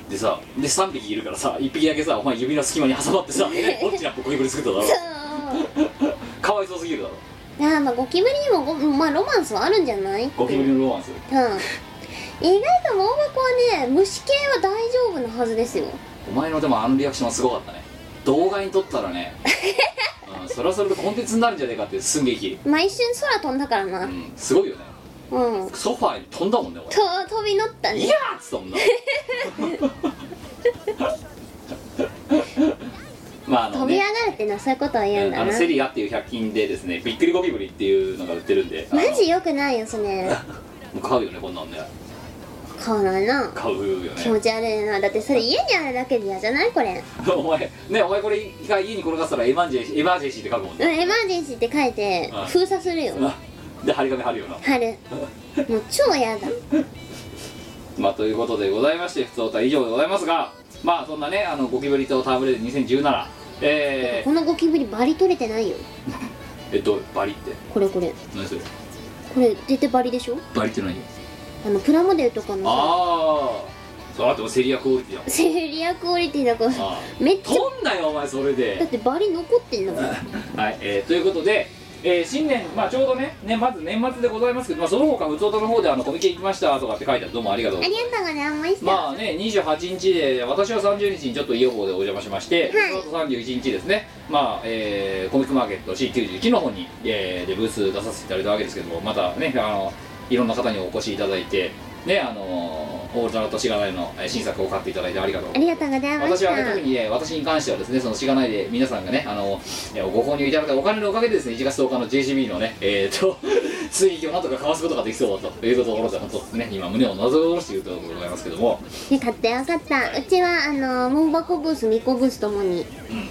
でさで3匹いるからさ1匹だけさお前指の隙間に挟まって さ大きなゴキブリ作っただろ
そう
かわいそうすぎるだろ
いやーまあゴキブリにもごまあロマンスはあるんじゃない
ゴキブリのロマンス
うん意外と盲箱はね虫系は大丈夫なはずですよ
お前のでもあのリアクションはすごかったね動画に撮ったら ね、うん、それはそれでコンテンツになるんじゃねえかって寸劇、
まあ一瞬空飛んだからな
う
うん
ん、すごいよね
と
ソファーに飛んだもんね俺
飛び乗った
い
ね
やーっつったもんな まああ
飛
の
び上
ね
がるってのはそういうことは言うん
あ
だ
の
な
セリアっていう100均でですねびっくりゴキブリっていうのが売ってるんであの
マジ良くないよそれ
もう買うよねこんなんね
買わないな
買うよ
気
ね
持ち悪いなだってそれ家にあるだけで嫌じゃないこれ
お前ねお前これが家に転がしたらエマージェンシーエマージェンシーって書くもん
うん
ね
エマージェンシーって書いて
あ
封鎖するよ
で張り紙貼るよな
貼るもう超嫌だ
まあということでございまして普通歌以上でございますがまあそんなねあのゴキブリとタブレで2017え
このゴキブリバリ取れてないよ
ー、えっとバリって
これこれ
何それ
これ出てバリでしょ
バリって何
あのプラモデルとかのさ
ああそうあってもセリアクオリティだもん
セリアクオリティだから
あ
めっちゃ
取んなよお前それ
だ
で
ってバリ残ってんだもん
はい、えーということで、えー新年、まあ、ちょうどねねまず年末でございますけど、まあ、その他うつおたの方であのコミケ行きましたとかって書いてあるどうもありがとう
ありがとうございました、
まあね28日で私は30日にちょっと家の方でお邪魔しまして、その後31日ですねまあ、えーコミックマーケット C99 の方に、えーでブース出させていただいたわけですけどもまたねあのいろんな方にお越しいただいてねあのオールドラとしがないのえー新作を買っていただいてありがとうご
あ
ざい
り
ま
が
す
とうございまし
私
た
はね特に、ね、私に関してはですねそのしがないで皆さんがねあのえーご購入いただいたお金のおかげでですね1月10日の JCB のねえー、と 水域をなんとかかわすことができそうだというところで本当ね今胸をなぞおろしているところでございますけども
ね、買ってよかったうちはあのモバコブースミコブースともに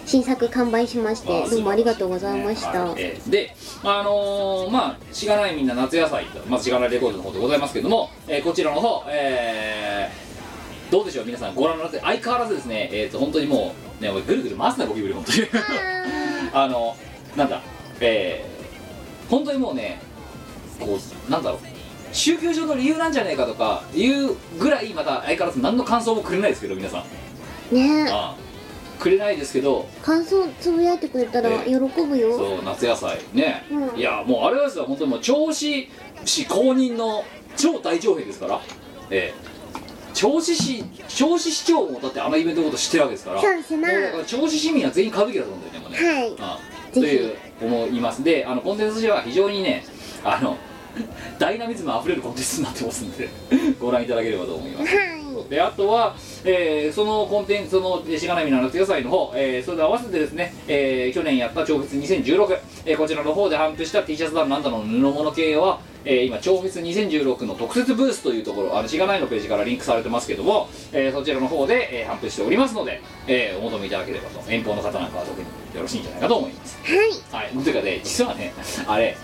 新作完売しましてどうもありがとうございました、
はいえーで、あのーまあ、しがないみんな夏野菜と、まあ、しがないレコードの方でございますけれども、えーこちらの方、えーどうでしょう、皆さん、ご覧になって、相変わらずですね、えー、と本当にもう、ね、おいぐるぐる回すな、ゴキブリ、本当に。あの、なんだ、えー本当にもうね、こう、なんだろう。宗教上の理由なんじゃねえかとかいうぐらいまた相変わらず何の感想もくれないですけど皆さん
ね
あーくれないですけど
感想つぶやいてくれたら
ええ
喜ぶよ、
そう夏野菜ね、
うん
いやもうあれですよ本当にもう調子市公認の超大長編ですからええ銚子市銚子市長もだってあのイベントのこと知ってるわけですから
そうですな
もうだから銚子市民は全員歌舞伎だと思うんだよねもうね
はい
ああと
ぜひ
いう思いますであのコンテンツとしては非常にねあのダイナミズムあふれるコンテンツになってますんでご覧いただければと思います
は
であとは、えーそのコンテンツそのえーしがないみの夏野菜の方、えーそれで合わせてですね、えー去年やった調布2016、えーこちらの方で販布した T シャツだなんだの布物系は、えー今調布2016の特設ブースというところあのしがないのページからリンクされてますけども、えーそちらの方で、えー販布しておりますので、えーお求めいただければと遠方の方なんかは特によろしいんじゃないかと思います
いはい
はいというかね実はねあれ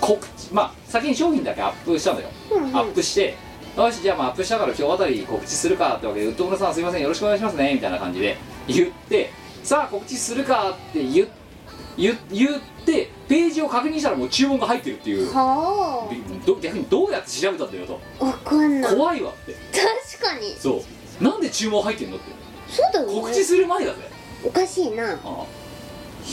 告知まあ先に商品だけアップしたのよ
うんうん
アップしてよしじゃあまあアップしたから今日あたり告知するかってわけで「ウッド村さんすいませんよろしくお願いしますね」みたいな感じで言ってさあ告知するかって言っ言言ってページを確認したらもう注文が入ってるっていう
は
ど逆にどうやって調べたんだよと
あわかんない
怖いわって
確かに
そうなんで注文入ってんのって
そうだよね
告知する前だぜ
おかしいな
ああ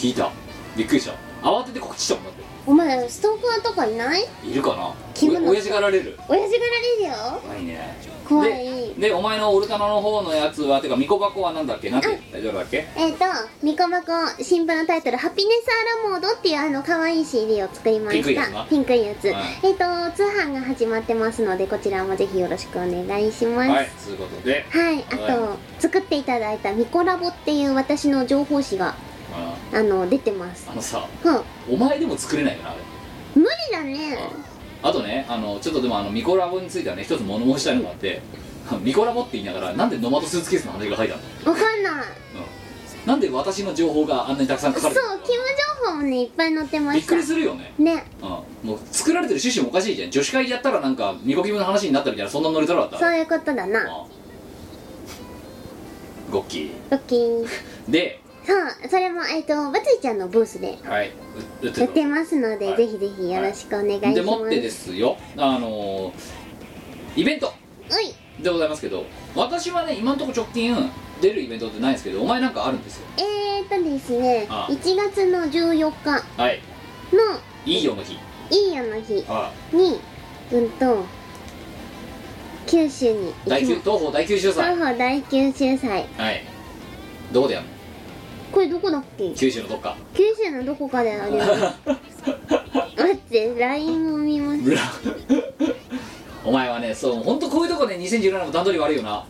引いたびっくりした慌てて告知したもんだって
お前ストーカーとかいない
いるかな
キムの
お親父がられる
親父がられるよ
怖いね
怖い
ででお前のオルタナの方のやつはてかミコ箱はなんだっけなんて大丈夫だっけ
えっ、とミコマコ新聞のタイトル「ハピネス・アラモード」っていうあの可愛い CD を作りま
ピンクいやつ
し
な
たピンクいやつ、
はい
えっ、と通販が始まってますのでこちらもぜひよろしくお願いします
は
はいい、
ということで、
あと、作っていただいた「ミコラボ」っていう私の情報誌が
ま
あの出てます
あ、あのさ
うん
お前でも作れないよなあれ
無理だね
あとねあのちょっとでもあのミコラボについてはね一つ物申したい のがあってミコラボって言いながらなんでノマドスーツケースの話が入ったの
わかんない
なんで私の情報があんなにたくさん書
そ
か
う
れてるの
キム情報もねいっぱい載ってま
びっ
し
く
た
りするよね、
ね
うん、もう作られてる趣旨もおかしいじゃん女子会でやったらなんかミコキムの話になったみたいなそんなノリだろだった
そういうことだな
うんゴッキー
ロッキー
で、
そうそれもえっ、とバツイちゃんのブースで
はい、う打って
やっ
る
てますので、
はい
ぜひぜひよろしくお願いします、
でもってですよあのーイベント
おい
でございますけど私はね今のところ直近出るイベントってないんですけどお前なんかあるんですよ
えーとですね
ああ
1月の14日
はい
の
いいよの日
いいよの日
は
にうんと九州に
い大
行
九
き
東
ます
宝大九州祭
東方大九州祭
はいどこでやるの
これどこだっけ
九州のどっか
九州のどこかであ るよね待って LINE を見ます
ブラお前はねそう本当こういうとこね2017年も段取り悪いよな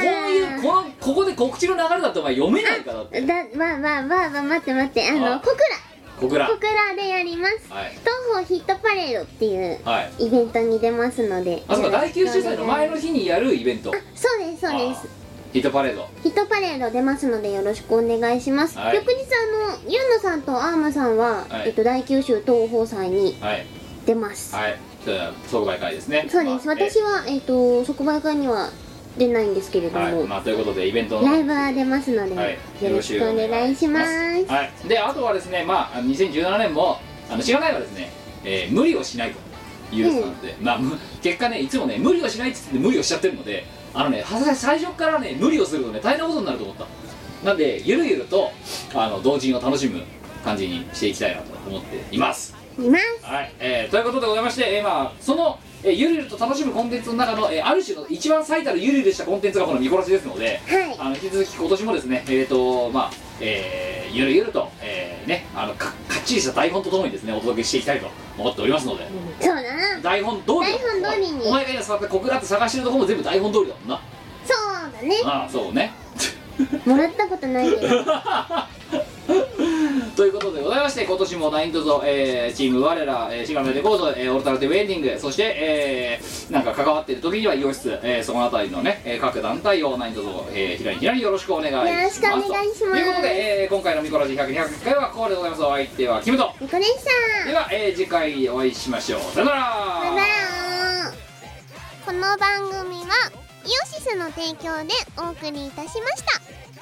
こういうこのここで告知の流れだとお前読めないからだって
だまあまあまあまあ待って待ってあ
ああ
の小倉
小倉は
小倉でやります
い
東方ヒットパレードっていう
はい
イベントに出ますので
あそうか大九州祭の前
あ
の日にやるイベント
そうですそうです
あーヒットパレード
ヒットパレード出ますのでよろしくお願いします、
はい
翌日あのユンノさんとアームさんは、
はい
えっと、大九州東宝祭に
はい
出ます、
はいじゃあ即売会ですね
そうです
まあ
私は、えっと、即売会には出ないんですけれども、
はい、まあ、ということでイベントの
ライブは出ますので、
はい、
よろしくお願いします
はい、であとはですねまあ2017年もあの知らないはですね、えー無理をしないというやつなんで、まあむ結果ねいつもね無理をしないっつって無理をしちゃってるのであのねはさ最初からね無理をするとね大変なことになると思ったなんでゆるゆるとあの同人を楽しむ感じにしていきたいなと思っています
います
はい、えーということでございまして、えーまあ、その、えーゆるゆると楽しむコンテンツの中の、えーある種の一番最たるゆるゆるしたコンテンツがこの見殺しですので、
はい
あの引き続き今年もですね、えーとまあえーゆるゆると、えーね、あのかかっちりした台本とともにですねお届けしていきたいと思っておりますので、
そうだな
台本通り
台本通りに
お前が今触った小倉って探してるとこも全部台本通りだもんな
そうだね
ああそうね
もらったことないけどは
ということでございまして今年もナインとぞ、えーチーム我ら、えー、シガメレコード、えーオルタナティブエンディングそして、えーなんか関わっている時には医療室、えーそのあたりのね、えー各団体をナインとぞ、えー、ひらりひらりよろしくお願いします
よろしくお願いします
ということで、えー今回のミコラジ100200回はここでございますお相手はキムト
ニコでした
では、えー次回お会いしましょうさよなら
バイバーイこの番組はイオシスの提供でお送りいたしました